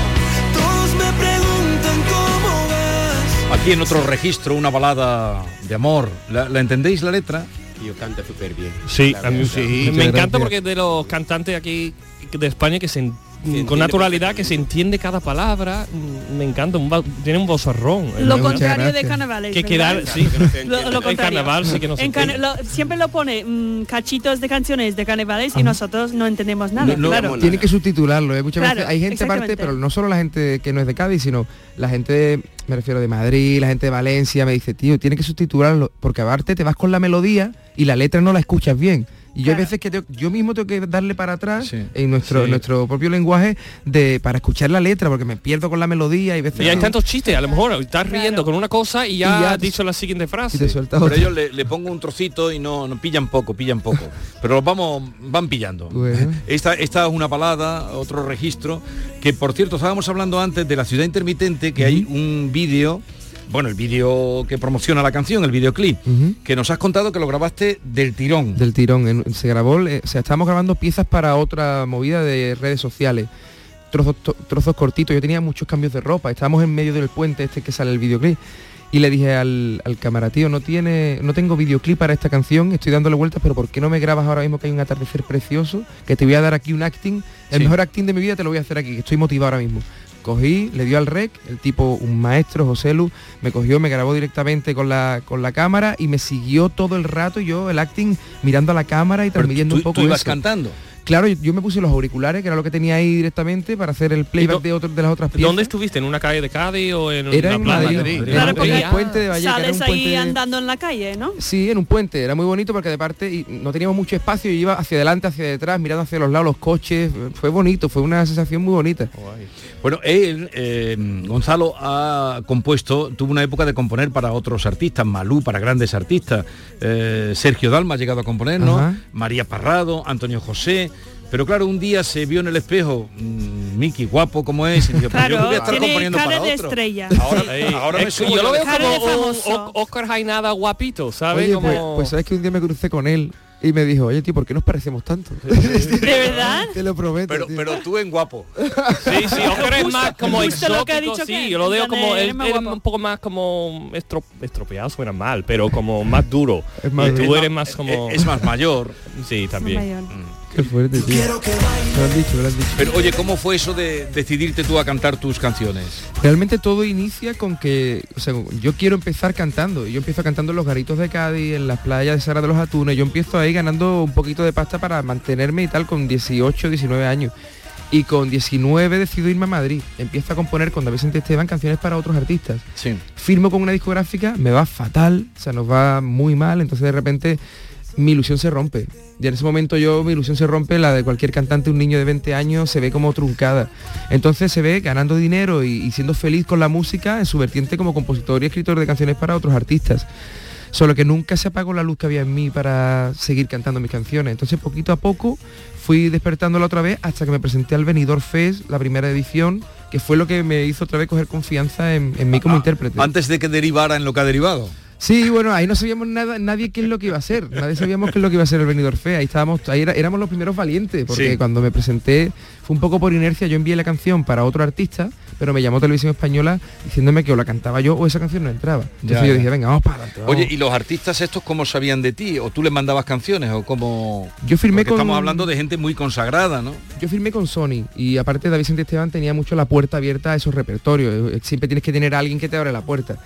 [SPEAKER 17] Todos me preguntan cómo vas.
[SPEAKER 4] Aquí en otro registro, una balada de amor. ¿La, la entendéis la letra?
[SPEAKER 8] Yo canto súper bien.
[SPEAKER 5] Sí,
[SPEAKER 8] La
[SPEAKER 5] a mí
[SPEAKER 8] verdad.
[SPEAKER 5] sí. Me encanta porque es de los cantantes aquí de España que se en- con naturalidad que se entiende cada palabra, Mm, me encanta, un va- tiene un bozarrón.
[SPEAKER 7] Lo contrario de carnavales.
[SPEAKER 5] Que quedar, sí.
[SPEAKER 7] Lo, lo
[SPEAKER 5] en
[SPEAKER 7] contrario.
[SPEAKER 5] carnaval sí que no se
[SPEAKER 7] En carna-
[SPEAKER 5] entiende.
[SPEAKER 7] lo- siempre lo pone mm, cachitos de canciones de carnavales y nosotros no entendemos nada. claro.
[SPEAKER 14] Tiene que subtitularlo, ¿eh? muchas
[SPEAKER 7] Claro,
[SPEAKER 14] veces hay gente aparte,
[SPEAKER 7] exactamente.
[SPEAKER 14] pero no solo la gente que no es de Cádiz, sino la gente, me refiero de Madrid, la gente de Valencia, me dice, tío, tiene que subtitularlo, porque aparte te vas con la melodía y la letra no la escuchas bien. Y yo hay veces que tengo- yo mismo tengo que darle para atrás en nuestro
[SPEAKER 5] Sí.
[SPEAKER 14] nuestro propio lenguaje de para escuchar la letra, porque me pierdo con la melodía y veces.
[SPEAKER 5] Y hay
[SPEAKER 14] que-
[SPEAKER 5] tantos chistes, a lo mejor estás riendo con una cosa y ya,
[SPEAKER 14] Y ya
[SPEAKER 5] has dicho la siguiente frase.
[SPEAKER 14] y te suelta
[SPEAKER 4] Pero
[SPEAKER 14] otra.
[SPEAKER 4] ellos le, le pongo un trocito y no, no pillan poco, pillan *laughs* poco. Pero los vamos, van pillando.
[SPEAKER 14] Bueno.
[SPEAKER 4] Esta, esta es una balada, otro registro, que por cierto estábamos hablando antes de la ciudad intermitente, que hay un vídeo, bueno, el vídeo que promociona la canción, el videoclip,
[SPEAKER 14] Ujú.
[SPEAKER 4] que nos has contado que lo grabaste del tirón.
[SPEAKER 14] Del tirón. en- se grabó, eh, o sea, estábamos grabando piezas para otra movida de redes sociales. Trozos, to- trozos cortitos. Yo tenía muchos cambios de ropa. Estábamos en medio del puente este que sale el videoclip. Y le dije al, al cámara, tío, no, tiene, no tengo videoclip para esta canción, estoy dándole vueltas, pero ¿por qué no me grabas ahora mismo que hay un atardecer precioso? Que te voy a dar aquí un acting, el
[SPEAKER 4] Sí.
[SPEAKER 14] mejor acting de mi vida te lo voy a hacer aquí, que estoy motivado ahora mismo. Cogí, le dio al rec, el tipo, un maestro, José Lu, me cogió, me grabó directamente con la, con la cámara y me siguió todo el rato, y yo el acting mirando a la cámara y transmitiendo
[SPEAKER 4] Tú,
[SPEAKER 14] un poco
[SPEAKER 4] tú ibas
[SPEAKER 14] eso.
[SPEAKER 4] cantando.
[SPEAKER 14] Claro, yo, yo me puse los auriculares, que era lo que tenía ahí directamente, para hacer el playback de, otro- de las otras piezas.
[SPEAKER 5] ¿Dónde estuviste? ¿En una calle de Cádiz o en
[SPEAKER 14] Era
[SPEAKER 5] una
[SPEAKER 14] en
[SPEAKER 5] plaza?
[SPEAKER 14] Madrid, Madrid. Claro, porque-
[SPEAKER 5] Madrid.
[SPEAKER 14] El puente de Vallecas, era
[SPEAKER 7] Sales
[SPEAKER 14] un
[SPEAKER 7] ahí
[SPEAKER 14] puente-
[SPEAKER 7] andando en la calle, ¿no?
[SPEAKER 14] Sí, en un puente, era muy bonito porque de parte y no teníamos mucho espacio, yo iba hacia adelante, hacia detrás, mirando hacia los lados los coches, fue bonito, fue una sensación muy bonita.
[SPEAKER 4] Bueno, él, eh, Gonzalo, ha compuesto, tuvo una época de componer para otros artistas, Malú para grandes artistas, eh, Sergio Dalma ha llegado a componer, ¿no?
[SPEAKER 14] Ajá.
[SPEAKER 4] María Parrado, Antonio José. Pero claro, un día se vio en el espejo, mm, Miki, guapo como es, y dijo, pero yo
[SPEAKER 7] Claro,
[SPEAKER 4] voy a estar
[SPEAKER 7] tiene
[SPEAKER 4] componiendo
[SPEAKER 7] cara
[SPEAKER 4] para
[SPEAKER 7] de
[SPEAKER 4] otro.
[SPEAKER 7] estrella.
[SPEAKER 4] Ahora, ahora me
[SPEAKER 5] Es que
[SPEAKER 4] subo
[SPEAKER 5] yo lo veo
[SPEAKER 7] Cara de
[SPEAKER 5] como *laughs* un
[SPEAKER 7] famoso.
[SPEAKER 5] Oc- Oscar Jainada guapito, ¿sabes?
[SPEAKER 14] Oye,
[SPEAKER 5] Como-
[SPEAKER 14] pues, pues sabes que un día me crucé con él y me dijo, oye tío, ¿por qué nos parecemos tanto?
[SPEAKER 7] ¿De
[SPEAKER 14] pues,
[SPEAKER 7] verdad?
[SPEAKER 14] Te lo prometo.
[SPEAKER 4] Pero, pero tú en guapo.
[SPEAKER 5] Sí, sí, Oscar es más como
[SPEAKER 4] Justo lo que ha
[SPEAKER 5] exótico,
[SPEAKER 4] dicho
[SPEAKER 5] sí,
[SPEAKER 4] que
[SPEAKER 5] yo lo veo
[SPEAKER 4] él
[SPEAKER 5] como
[SPEAKER 4] es
[SPEAKER 5] él,
[SPEAKER 4] más
[SPEAKER 5] él
[SPEAKER 4] guapo.
[SPEAKER 5] un poco más como estro- estropeado, suena mal, pero como más duro.
[SPEAKER 14] Es más
[SPEAKER 5] y tú
[SPEAKER 14] duro.
[SPEAKER 5] eres más como
[SPEAKER 4] Es más mayor.
[SPEAKER 5] Sí, también.
[SPEAKER 14] *laughs* Qué fuerte, tío. Lo has dicho, lo has dicho.
[SPEAKER 4] Pero oye, ¿cómo fue eso de decidirte tú a cantar tus canciones?
[SPEAKER 14] Realmente todo inicia con que, o sea, yo quiero empezar cantando. Yo empiezo cantando en los garitos de Cádiz, en las playas de Sara de los Atunes. Yo empiezo ahí ganando un poquito de pasta para mantenerme y tal con 18, 19 años. Y con 19 decido irme a Madrid. Empiezo a componer con David Santi Esteban canciones para otros artistas.
[SPEAKER 4] Sí.
[SPEAKER 14] Firmo con una discográfica, me va fatal, o sea, nos va muy mal. Entonces de repente mi ilusión se rompe. Y en ese momento yo, mi ilusión se rompe, la de cualquier cantante, un niño de 20 años, se ve como truncada. Entonces se ve ganando dinero y, y siendo feliz con la música en su vertiente como compositor y escritor de canciones para otros artistas. Solo que nunca se apagó la luz que había en mí para seguir cantando mis canciones. Entonces poquito a poco fui despertándola otra vez hasta que me presenté al Benidorm Fest, la primera edición, que fue lo que me hizo otra vez coger confianza en, en mí como intérprete.
[SPEAKER 4] Antes de que derivara en lo que ha derivado.
[SPEAKER 14] Sí, bueno, ahí no sabíamos nada, nadie qué es lo que iba a ser, nadie sabíamos qué es lo que iba a ser el Benidorm Fest, ahí estábamos, ahí era- éramos los primeros valientes, porque
[SPEAKER 4] Sí.
[SPEAKER 14] cuando me presenté fue un poco por inercia, yo envié la canción para otro artista, pero me llamó Televisión Española diciéndome que o la cantaba yo o esa canción no entraba. Entonces
[SPEAKER 4] Ya,
[SPEAKER 14] yo
[SPEAKER 4] ya.
[SPEAKER 14] dije, venga, vamos para adelante. vamos".
[SPEAKER 4] Oye, ¿y los artistas estos cómo sabían de ti? ¿O tú les mandabas canciones? ¿O cómo...?
[SPEAKER 14] Yo firmé
[SPEAKER 4] Porque
[SPEAKER 14] con-
[SPEAKER 4] Estamos hablando de gente muy consagrada, ¿no?
[SPEAKER 14] Yo firmé con Sony y aparte David Santi Esteban tenía mucho la puerta abierta a esos repertorios. Eh, Siempre tienes que tener a alguien que te abre la puerta.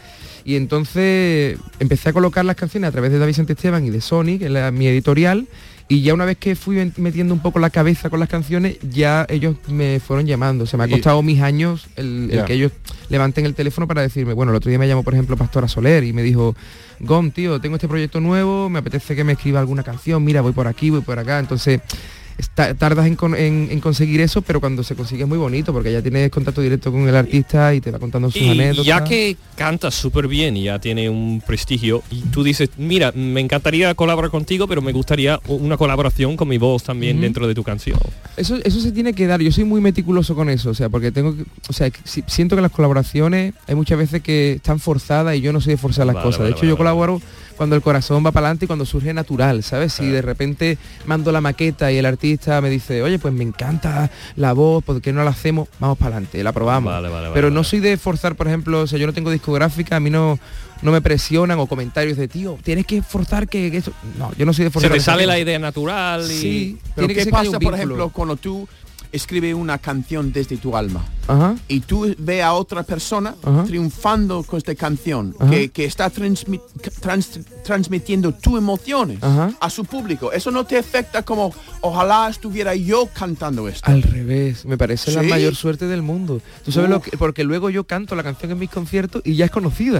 [SPEAKER 14] Y entonces empecé a colocar las canciones a través de David Santi Esteban y de Sony, que es la- mi editorial. Y ya una vez que fui en- metiendo un poco la cabeza con las canciones, ya ellos me fueron llamando. Se me ha
[SPEAKER 4] Y-
[SPEAKER 14] costado mis años el, el
[SPEAKER 4] Ya.
[SPEAKER 14] que ellos levanten el teléfono para decirme, bueno, el otro día me llamó, por ejemplo, Pastora Soler y me dijo, Gom, tío, tengo este proyecto nuevo, me apetece que me escriba alguna canción, mira, voy por aquí, voy por acá. Entonces, está- tardas en, con- en- en conseguir eso, pero cuando se consigue es muy bonito, porque ya tienes contacto directo con el artista y te va contando sus
[SPEAKER 5] Y
[SPEAKER 14] anécdotas.
[SPEAKER 5] ya que canta súper bien y ya tiene un prestigio, y tú dices, mira, me encantaría colaborar contigo, pero me gustaría una colaboración con mi voz también
[SPEAKER 14] Ujú.
[SPEAKER 5] dentro de tu canción.
[SPEAKER 14] Eso, eso se tiene que dar, yo soy muy meticuloso con eso, o sea, porque tengo que- o sea, que si- siento que las colaboraciones hay muchas veces que están forzadas y yo no soy de forzar las
[SPEAKER 5] Vale,
[SPEAKER 14] cosas.
[SPEAKER 5] vale,
[SPEAKER 14] de hecho,
[SPEAKER 5] vale,
[SPEAKER 14] yo
[SPEAKER 5] vale.
[SPEAKER 14] colaboro cuando el corazón va para adelante y cuando surge natural, ¿sabes? Si de repente mando la maqueta y el artista me dice, oye, pues me encanta la voz, ¿por qué no la hacemos? Vamos para adelante, la probamos.
[SPEAKER 18] vale,
[SPEAKER 14] Pero no soy de forzar, por ejemplo, o sea, yo no tengo discográfica, a mí no no me presionan o comentarios de tío tienes que forzar que, que eso no yo no soy de
[SPEAKER 5] Se
[SPEAKER 14] forzar
[SPEAKER 5] te
[SPEAKER 14] esas
[SPEAKER 5] sale la
[SPEAKER 14] cosas.
[SPEAKER 5] idea natural y...
[SPEAKER 14] Sí,
[SPEAKER 6] Pero
[SPEAKER 14] tiene que
[SPEAKER 6] ¿qué
[SPEAKER 14] ser que haya
[SPEAKER 6] pasa,
[SPEAKER 14] un
[SPEAKER 6] por
[SPEAKER 14] vínculo.
[SPEAKER 6] ejemplo, cuando tú escribes una canción desde tu alma?
[SPEAKER 14] Ajá.
[SPEAKER 6] Y tú ve a otra persona triunfando con esta canción,
[SPEAKER 14] Ajá.
[SPEAKER 6] que, que está transmi- trans- transmitiendo tus emociones
[SPEAKER 14] Ajá.
[SPEAKER 6] a su público. Eso no te afecta como, ojalá estuviera yo cantando esto.
[SPEAKER 14] Al revés, me parece la
[SPEAKER 6] Sí.
[SPEAKER 14] mayor suerte del mundo. Tú sabes lo
[SPEAKER 6] Uf.
[SPEAKER 14] que, porque luego yo canto la canción en mis conciertos y ya es conocida.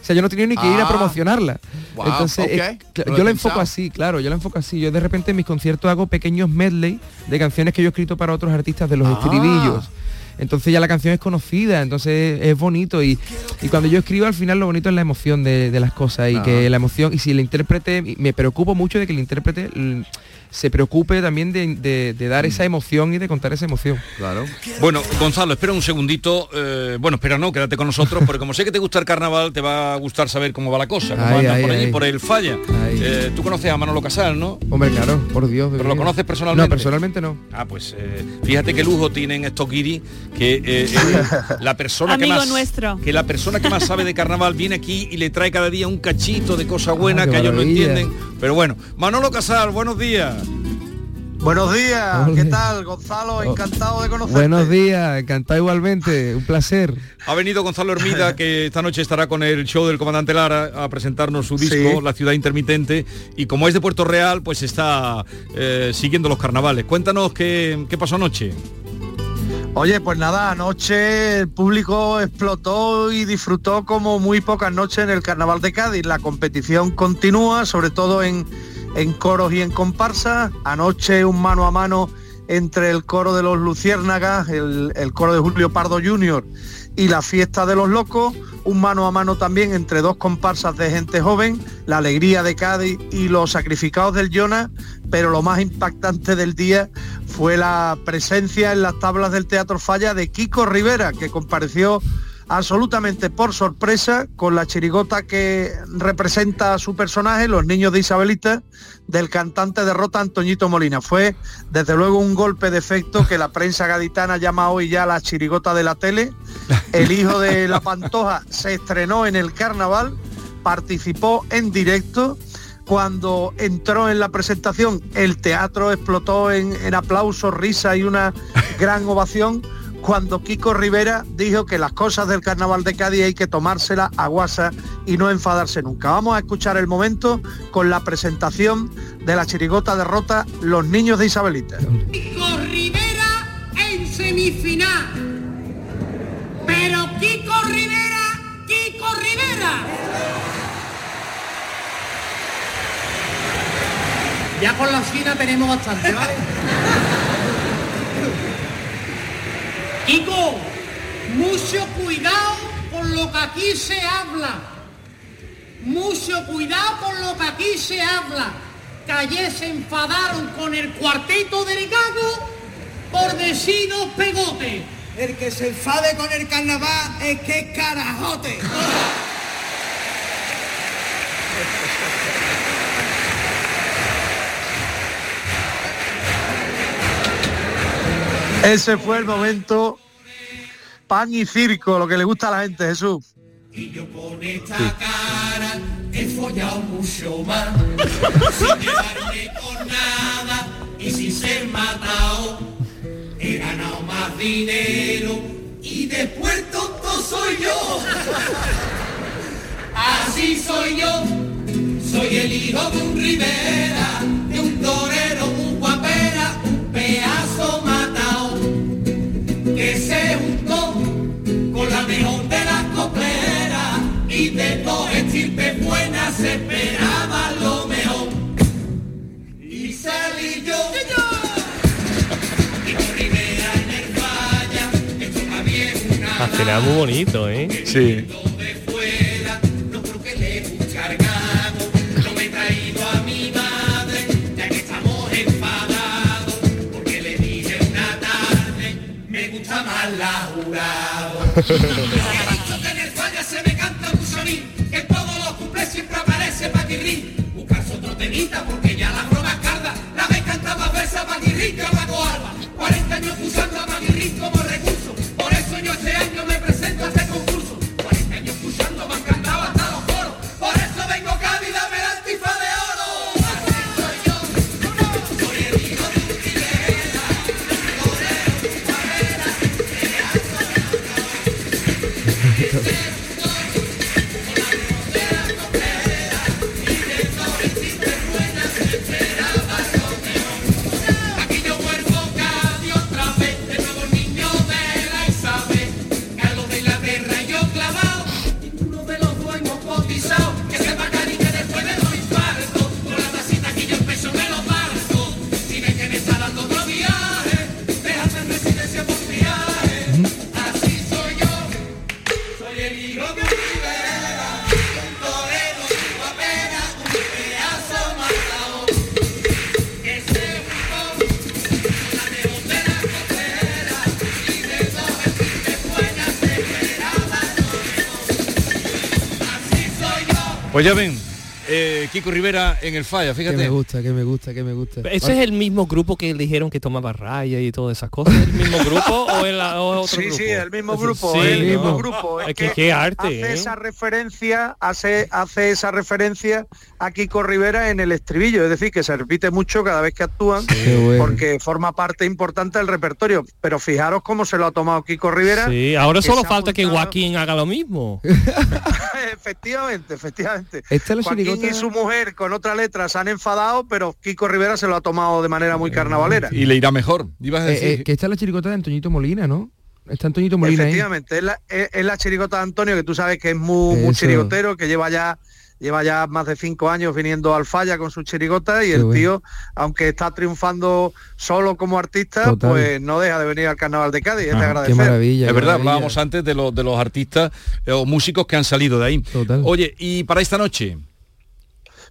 [SPEAKER 14] O sea, yo no tenía ni que ir a
[SPEAKER 6] Ah.
[SPEAKER 14] promocionarla.
[SPEAKER 6] Wow,
[SPEAKER 14] Entonces,
[SPEAKER 6] ok.
[SPEAKER 14] eh,
[SPEAKER 6] No
[SPEAKER 14] cl-
[SPEAKER 6] lo
[SPEAKER 14] yo
[SPEAKER 6] he
[SPEAKER 14] la enfoco
[SPEAKER 6] pensado.
[SPEAKER 14] así, claro, yo la enfoco así. Yo de repente en mis conciertos hago pequeños medley de canciones que yo he escrito para otros artistas de
[SPEAKER 6] Ah.
[SPEAKER 14] los estribillos. Entonces ya la canción es conocida, entonces es bonito y, y cuando yo escribo al final lo bonito es la emoción de, de las cosas y
[SPEAKER 19] Ajá.
[SPEAKER 14] que la emoción, y si el intérprete, y me preocupo mucho de que el intérprete mm, se preocupe también de, de- de dar esa emoción y de contar esa emoción.
[SPEAKER 6] Claro.
[SPEAKER 4] Bueno, Gonzalo, espera un segundito. eh, bueno, espera, no, quédate con nosotros, porque como sé que te gusta el carnaval, te va a gustar saber cómo va la cosa. Cómo
[SPEAKER 14] Ay,
[SPEAKER 4] andan
[SPEAKER 14] ay,
[SPEAKER 4] por allí,
[SPEAKER 14] ay.
[SPEAKER 4] por el falla. Eh, Tú conoces a Manolo Casal, ¿no?
[SPEAKER 14] Hombre, claro, por Dios.
[SPEAKER 4] ¿Pero
[SPEAKER 14] bebé.
[SPEAKER 4] lo conoces personalmente?
[SPEAKER 14] No, personalmente no.
[SPEAKER 4] Ah, pues eh, fíjate qué lujo tienen estos guiris que eh,
[SPEAKER 14] *laughs*
[SPEAKER 4] eh, la persona que
[SPEAKER 7] Amigo
[SPEAKER 4] más
[SPEAKER 7] nuestro.
[SPEAKER 4] que la persona que más sabe de carnaval viene aquí y le trae cada día un cachito de cosas buenas
[SPEAKER 14] Ah, qué
[SPEAKER 4] que ellos no
[SPEAKER 14] maravilla.
[SPEAKER 4] entienden. Pero bueno, Manolo Casal, buenos días.
[SPEAKER 3] Buenos días,
[SPEAKER 14] Ole.
[SPEAKER 3] ¿qué tal, Gonzalo? Encantado de conocerte.
[SPEAKER 14] Buenos días, encantado igualmente, un placer.
[SPEAKER 4] Ha venido Gonzalo
[SPEAKER 14] *laughs*
[SPEAKER 4] Hermida, que esta noche estará con el show del comandante Lara a presentarnos su disco,
[SPEAKER 3] Sí.
[SPEAKER 4] La Ciudad Intermitente, y como es de Puerto Real, pues está eh, siguiendo los carnavales. Cuéntanos qué, qué pasó anoche.
[SPEAKER 3] Oye, pues nada, anoche el público explotó y disfrutó como muy pocas noches en el Carnaval de Cádiz. La competición continúa, sobre todo en, en coros y en comparsas. Anoche un mano a mano entre el coro de los Luciérnagas, el, el coro de Julio Pardo Jr. y la fiesta de los locos, un mano a mano también entre dos comparsas de gente joven, la alegría de Cádiz y los sacrificados del Jonas, pero lo más impactante del día fue la presencia en las tablas del Teatro Falla de Kiko Rivera, que compareció absolutamente por sorpresa con la chirigota que representa a su personaje, los niños de Isabelita, del cantante de Rota Antoñito Molina. Fue desde luego un golpe de efecto que la prensa gaditana llama hoy ya la chirigota de la tele. El hijo de la Pantoja se estrenó en el carnaval, participó en directo cuando entró en la presentación, el teatro explotó en, en aplausos, risa y una gran ovación. Cuando Kiko Rivera dijo que las cosas del carnaval de Cádiz hay que tomárselas a guasa y no enfadarse nunca. Vamos a escuchar el momento con la presentación de la chirigota derrota Los Niños de Isabelita.
[SPEAKER 20] Kiko Rivera en semifinal. Pero Kiko Rivera, Kiko Rivera. Ya con la China tenemos bastante, ¿vale? Kiko, mucho cuidado con lo que aquí se habla. Mucho cuidado con lo que aquí se habla. Que ayer se enfadaron con el cuarteto delicado por decir dos pegotes. El que se enfade con el carnaval es que es carajote.
[SPEAKER 3] Ese fue el momento pan y circo, lo que le gusta a la gente, Jesús.
[SPEAKER 20] Y yo con esta cara he follado mucho más. sin llevarme con nada y sin ser matado. He ganado más dinero y después tonto soy yo. Así soy yo. Soy el hijo de un Rivera, de un torero, un guapera, un pedazo matao que se juntó con la mejor de las copleras y de dos estirpes buenas se esperaba lo mejor. Y salí yo, y con Rivera en el falla, esto para mí es una
[SPEAKER 5] Al final Ah, muy bonito, ¿eh? Sí.
[SPEAKER 20] fuera, no creo que le cargado, no me he traído a mi madre, ya que estamos enfadados, porque le dije una tarde, me gusta más la jurado. Y he dicho que en el falla se me canta un sonín, que en todos los cumples siempre aparece Paquirri este
[SPEAKER 4] Pues ya ven, eh, Kiko Rivera en el falla,
[SPEAKER 14] Que
[SPEAKER 4] fíjate.
[SPEAKER 14] me gusta, que me gusta, que me gusta.
[SPEAKER 5] ¿Ese es el mismo grupo que dijeron que tomaba raya y todas esas cosas? ¿El mismo grupo o el o es otro
[SPEAKER 3] sí,
[SPEAKER 5] grupo?
[SPEAKER 3] sí, el mismo grupo,
[SPEAKER 5] Sí,
[SPEAKER 3] el mismo
[SPEAKER 5] ¿no?
[SPEAKER 3] grupo.
[SPEAKER 5] Es que qué arte,
[SPEAKER 3] hace
[SPEAKER 5] ¿eh?
[SPEAKER 3] esa referencia, hace, hace esa referencia a Kiko Rivera en el estribillo, es decir, que se repite mucho cada vez que actúan,
[SPEAKER 5] bueno.
[SPEAKER 3] porque forma parte importante del repertorio. Pero fijaros cómo se lo ha tomado Kiko Rivera.
[SPEAKER 5] Sí, ahora
[SPEAKER 3] que
[SPEAKER 5] solo
[SPEAKER 3] se ha
[SPEAKER 5] falta que
[SPEAKER 3] apuntado-
[SPEAKER 5] Joaquín haga lo
[SPEAKER 14] *laughs*
[SPEAKER 5] mismo.
[SPEAKER 3] Efectivamente, efectivamente.
[SPEAKER 5] Esta es la
[SPEAKER 3] Joaquín
[SPEAKER 5] chirigota-
[SPEAKER 3] y su mujer con otra letra se han enfadado, pero Kiko Rivera se lo ha tomado de manera muy carnavalera.
[SPEAKER 4] Y le irá mejor. Ibas a
[SPEAKER 14] Eh,
[SPEAKER 4] decir,
[SPEAKER 14] eh, que está la chiricota de Antoñito Molina, ¿no? Está Antoñito Molina ahí.
[SPEAKER 3] Efectivamente, es la, es- es la chirigota de Antonio, que tú sabes que es muy, muy
[SPEAKER 14] Eso.
[SPEAKER 3] chirigotero, que lleva ya lleva ya más de cinco años viniendo al falla con su chirigota y
[SPEAKER 14] Qué
[SPEAKER 3] el
[SPEAKER 14] bueno.
[SPEAKER 3] tío, aunque está triunfando solo como artista,
[SPEAKER 4] Total. Ah,
[SPEAKER 3] pues no deja de venir al carnaval de Cádiz, es
[SPEAKER 14] Ah,
[SPEAKER 3] de
[SPEAKER 4] Ajá.
[SPEAKER 3] agradecer.
[SPEAKER 4] Es verdad, hablábamos antes de, los de los artistas eh, o músicos que han salido de ahí. Oye, y para esta noche,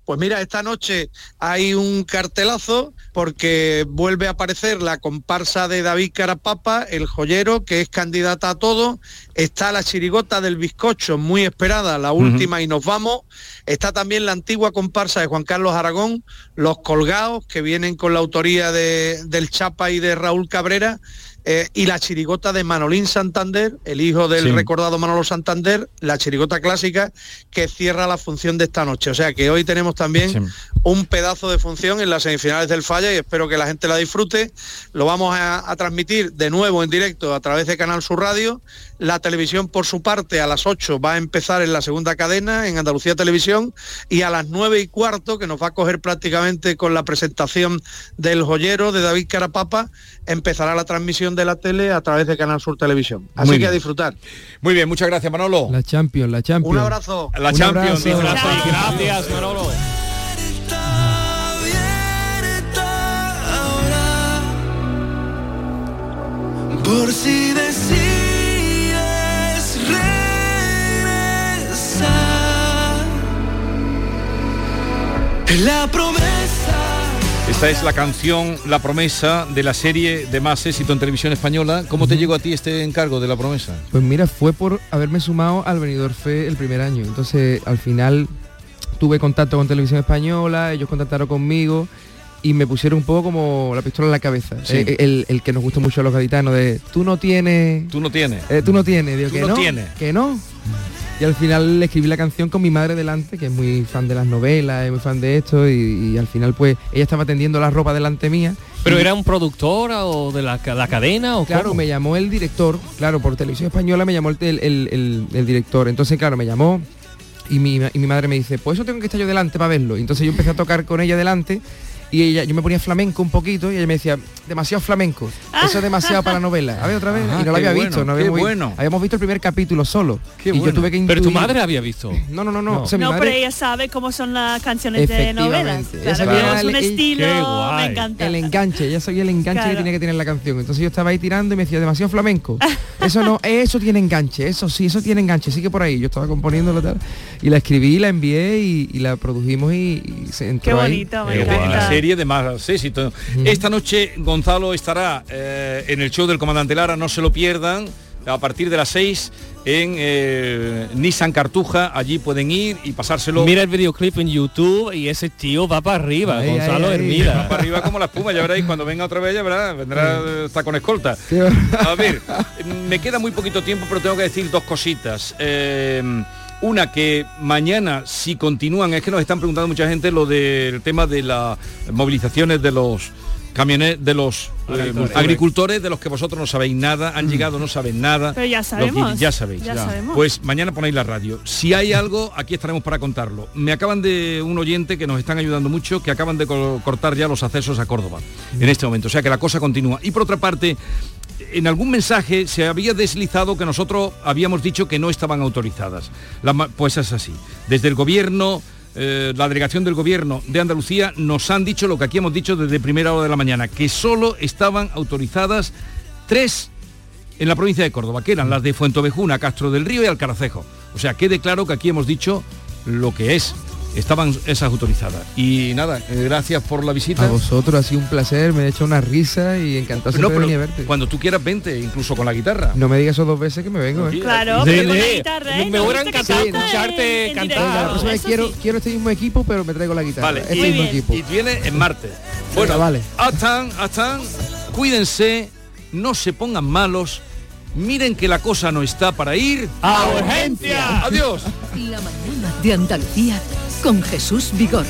[SPEAKER 3] Pues mira, esta noche hay un cartelazo porque vuelve a aparecer la comparsa de David Carapapa, el joyero, que es candidata a todo. Está la chirigota del bizcocho, muy esperada, la última y nos vamos. Está también la antigua comparsa de Juan Carlos Aragón, Los Colgados, que vienen con la autoría de- del Chapa y de Raúl Cabrera. eh, y la chirigota de Manolín Santander, el hijo del
[SPEAKER 4] Sí.
[SPEAKER 3] recordado Manolo Santander, la chirigota clásica que cierra la función de esta noche. O sea que hoy tenemos también un pedazo de función en las semifinales del Falla y espero que la gente la disfrute. Lo vamos a, a transmitir de nuevo en directo a través de Canal Sur Radio. La televisión por su parte a las 8 va a empezar en la segunda cadena en Andalucía Televisión y a las 9 y cuarto que nos va a coger prácticamente con la presentación del joyero de David Carapapa empezará la transmisión de la tele a través de Canal Sur Televisión. Así
[SPEAKER 14] Muy
[SPEAKER 3] que a
[SPEAKER 14] bien.
[SPEAKER 3] disfrutar.
[SPEAKER 4] Muy bien, muchas gracias Manolo.
[SPEAKER 14] La Champions, la Champions.
[SPEAKER 3] Un abrazo.
[SPEAKER 4] La
[SPEAKER 14] Un
[SPEAKER 4] Champions,
[SPEAKER 14] abrazo.
[SPEAKER 4] dice la Chao. Fali.
[SPEAKER 5] Gracias, Manolo.
[SPEAKER 17] Por si decides regresar, la promesa
[SPEAKER 4] esta es la canción La Promesa de la serie de más éxito en televisión española. ¿Cómo te llegó a ti este encargo de La Promesa?
[SPEAKER 14] Pues mira, fue por haberme sumado al Benidorm Fe el primer año. Entonces, al final tuve contacto con Televisión Española, ellos contactaron conmigo y me pusieron un poco como la pistola en la cabeza.
[SPEAKER 4] Sí.
[SPEAKER 14] Eh, El, el que nos gustó mucho a los gaditanos de tú no tienes...
[SPEAKER 4] Tú no tienes.
[SPEAKER 14] Eh, tú no tienes, digo
[SPEAKER 4] Mm. Tú
[SPEAKER 14] que
[SPEAKER 4] no
[SPEAKER 14] no.
[SPEAKER 4] tienes.
[SPEAKER 14] Que no. Y al final le escribí la canción con mi madre delante, que es muy fan de las novelas, es muy fan de esto, y, y al final pues ella estaba tendiendo la ropa delante mía.
[SPEAKER 5] ¿Pero
[SPEAKER 14] Y-
[SPEAKER 5] era un productor o de la, ca- la cadena o
[SPEAKER 14] Claro,
[SPEAKER 5] cómo?
[SPEAKER 14] me llamó el director, claro, por televisión española me llamó el, el- el- el- el director. Entonces, claro, me llamó y mi, y mi madre me dice, pues eso tengo que estar yo delante para verlo. Y entonces yo empecé a tocar con ella delante y ella, yo me ponía flamenco un poquito y ella me decía, demasiado flamenco, eso es demasiado para la novela. A ver otra vez,
[SPEAKER 4] Ah,
[SPEAKER 14] y no
[SPEAKER 4] qué
[SPEAKER 14] lo había
[SPEAKER 4] bueno,
[SPEAKER 14] visto, no
[SPEAKER 4] qué
[SPEAKER 14] habíamos, vi-
[SPEAKER 4] bueno.
[SPEAKER 14] habíamos visto el primer capítulo solo.
[SPEAKER 4] Qué
[SPEAKER 14] y yo
[SPEAKER 4] bueno.
[SPEAKER 14] tuve que
[SPEAKER 5] Pero tu
[SPEAKER 14] intuir-
[SPEAKER 5] madre había visto.
[SPEAKER 14] No, no, no, no. o sea, mi
[SPEAKER 7] No, pero
[SPEAKER 14] madre-
[SPEAKER 7] ella sabe cómo son las canciones de novelas.
[SPEAKER 14] Efectivamente.
[SPEAKER 7] Claro,
[SPEAKER 14] Esa
[SPEAKER 7] que
[SPEAKER 14] era
[SPEAKER 7] es
[SPEAKER 14] el-
[SPEAKER 7] un
[SPEAKER 14] el-
[SPEAKER 7] estilo, me encanta.
[SPEAKER 14] El enganche, ya sabía el enganche que
[SPEAKER 7] Claro.
[SPEAKER 14] tenía que tener la canción. Entonces yo estaba ahí tirando y me decía, demasiado
[SPEAKER 7] *laughs*
[SPEAKER 14] flamenco. Eso no, eso tiene enganche, eso sí, eso tiene enganche, sí que por ahí. Yo estaba componiéndolo tal. Y la escribí, la envié y, y la produjimos y, y se entró ahí.
[SPEAKER 4] Eh, de la serie de más éxito. Esta noche Gonzalo estará eh, en el show del comandante Lara, no se lo pierdan, a partir de las 6 en eh, Nissan Cartuja, allí pueden ir y pasárselo.
[SPEAKER 5] Mira el videoclip en YouTube y ese tío va para arriba,
[SPEAKER 4] Ahí,
[SPEAKER 5] Gonzalo
[SPEAKER 4] ahí, ahí.
[SPEAKER 5] Hermida.
[SPEAKER 4] Va para arriba como la espuma, ya veréis, cuando venga otra vez ya verá, vendrá, eh, está con escolta. A ver, me queda muy poquito tiempo, pero tengo que decir dos cositas. Eh, una que mañana, si continúan, es que nos están preguntando mucha gente lo del tema de las movilizaciones de los camiones de los eh,
[SPEAKER 5] Agricultores.
[SPEAKER 4] agricultores de los que vosotros no sabéis nada han llegado no saben nada
[SPEAKER 7] Pero ya
[SPEAKER 4] Los
[SPEAKER 7] sabemos,
[SPEAKER 4] guiris, ya sabéis
[SPEAKER 7] ya sabemos.
[SPEAKER 4] pues mañana ponéis la radio si hay algo aquí estaremos para contarlo me acaban de un oyente que nos están ayudando mucho que acaban de co- cortar ya los accesos a Córdoba en este momento o sea que la cosa continúa y por otra parte en algún mensaje se había deslizado que nosotros habíamos dicho que no estaban autorizadas. La ma- pues es así. Desde el gobierno, eh, la delegación del gobierno de Andalucía nos han dicho lo que aquí hemos dicho desde primera hora de la mañana, que solo estaban autorizadas tres en la provincia de Córdoba, que eran las de Fuentovejuna, Castro del Río y Alcaracejo. O sea, quede claro que aquí hemos dicho lo que es. estaban esas autorizadas. Y nada, eh, gracias por la visita.
[SPEAKER 14] A vosotros ha sido un placer, me he hecho una risa y encantado
[SPEAKER 4] No,
[SPEAKER 14] siempre de
[SPEAKER 4] pero
[SPEAKER 14] venir a verte.
[SPEAKER 4] cuando tú quieras, vente, incluso con la guitarra.
[SPEAKER 14] No me digas eso dos veces que me vengo, ¿eh?
[SPEAKER 7] Claro,
[SPEAKER 4] Sí,
[SPEAKER 7] pero con la
[SPEAKER 4] sí.
[SPEAKER 7] guitarra, ¿eh?
[SPEAKER 4] Me hubiera
[SPEAKER 7] gusta que
[SPEAKER 4] encantado
[SPEAKER 7] cante
[SPEAKER 4] escucharte
[SPEAKER 7] en
[SPEAKER 4] cantar.
[SPEAKER 7] directo.
[SPEAKER 14] Ah, La próxima vez quiero, quiero este mismo equipo, pero me traigo la guitarra.
[SPEAKER 4] Vale,
[SPEAKER 14] este
[SPEAKER 4] y,
[SPEAKER 14] mismo equipo.
[SPEAKER 4] y viene en martes. Bueno,
[SPEAKER 14] vale.
[SPEAKER 4] hasta, hasta, cuídense, no se pongan malos, miren que la cosa no está para ir
[SPEAKER 2] ¡A urgencia!
[SPEAKER 4] Adiós.
[SPEAKER 2] La mañana de Andalucía con Jesús Vigorra.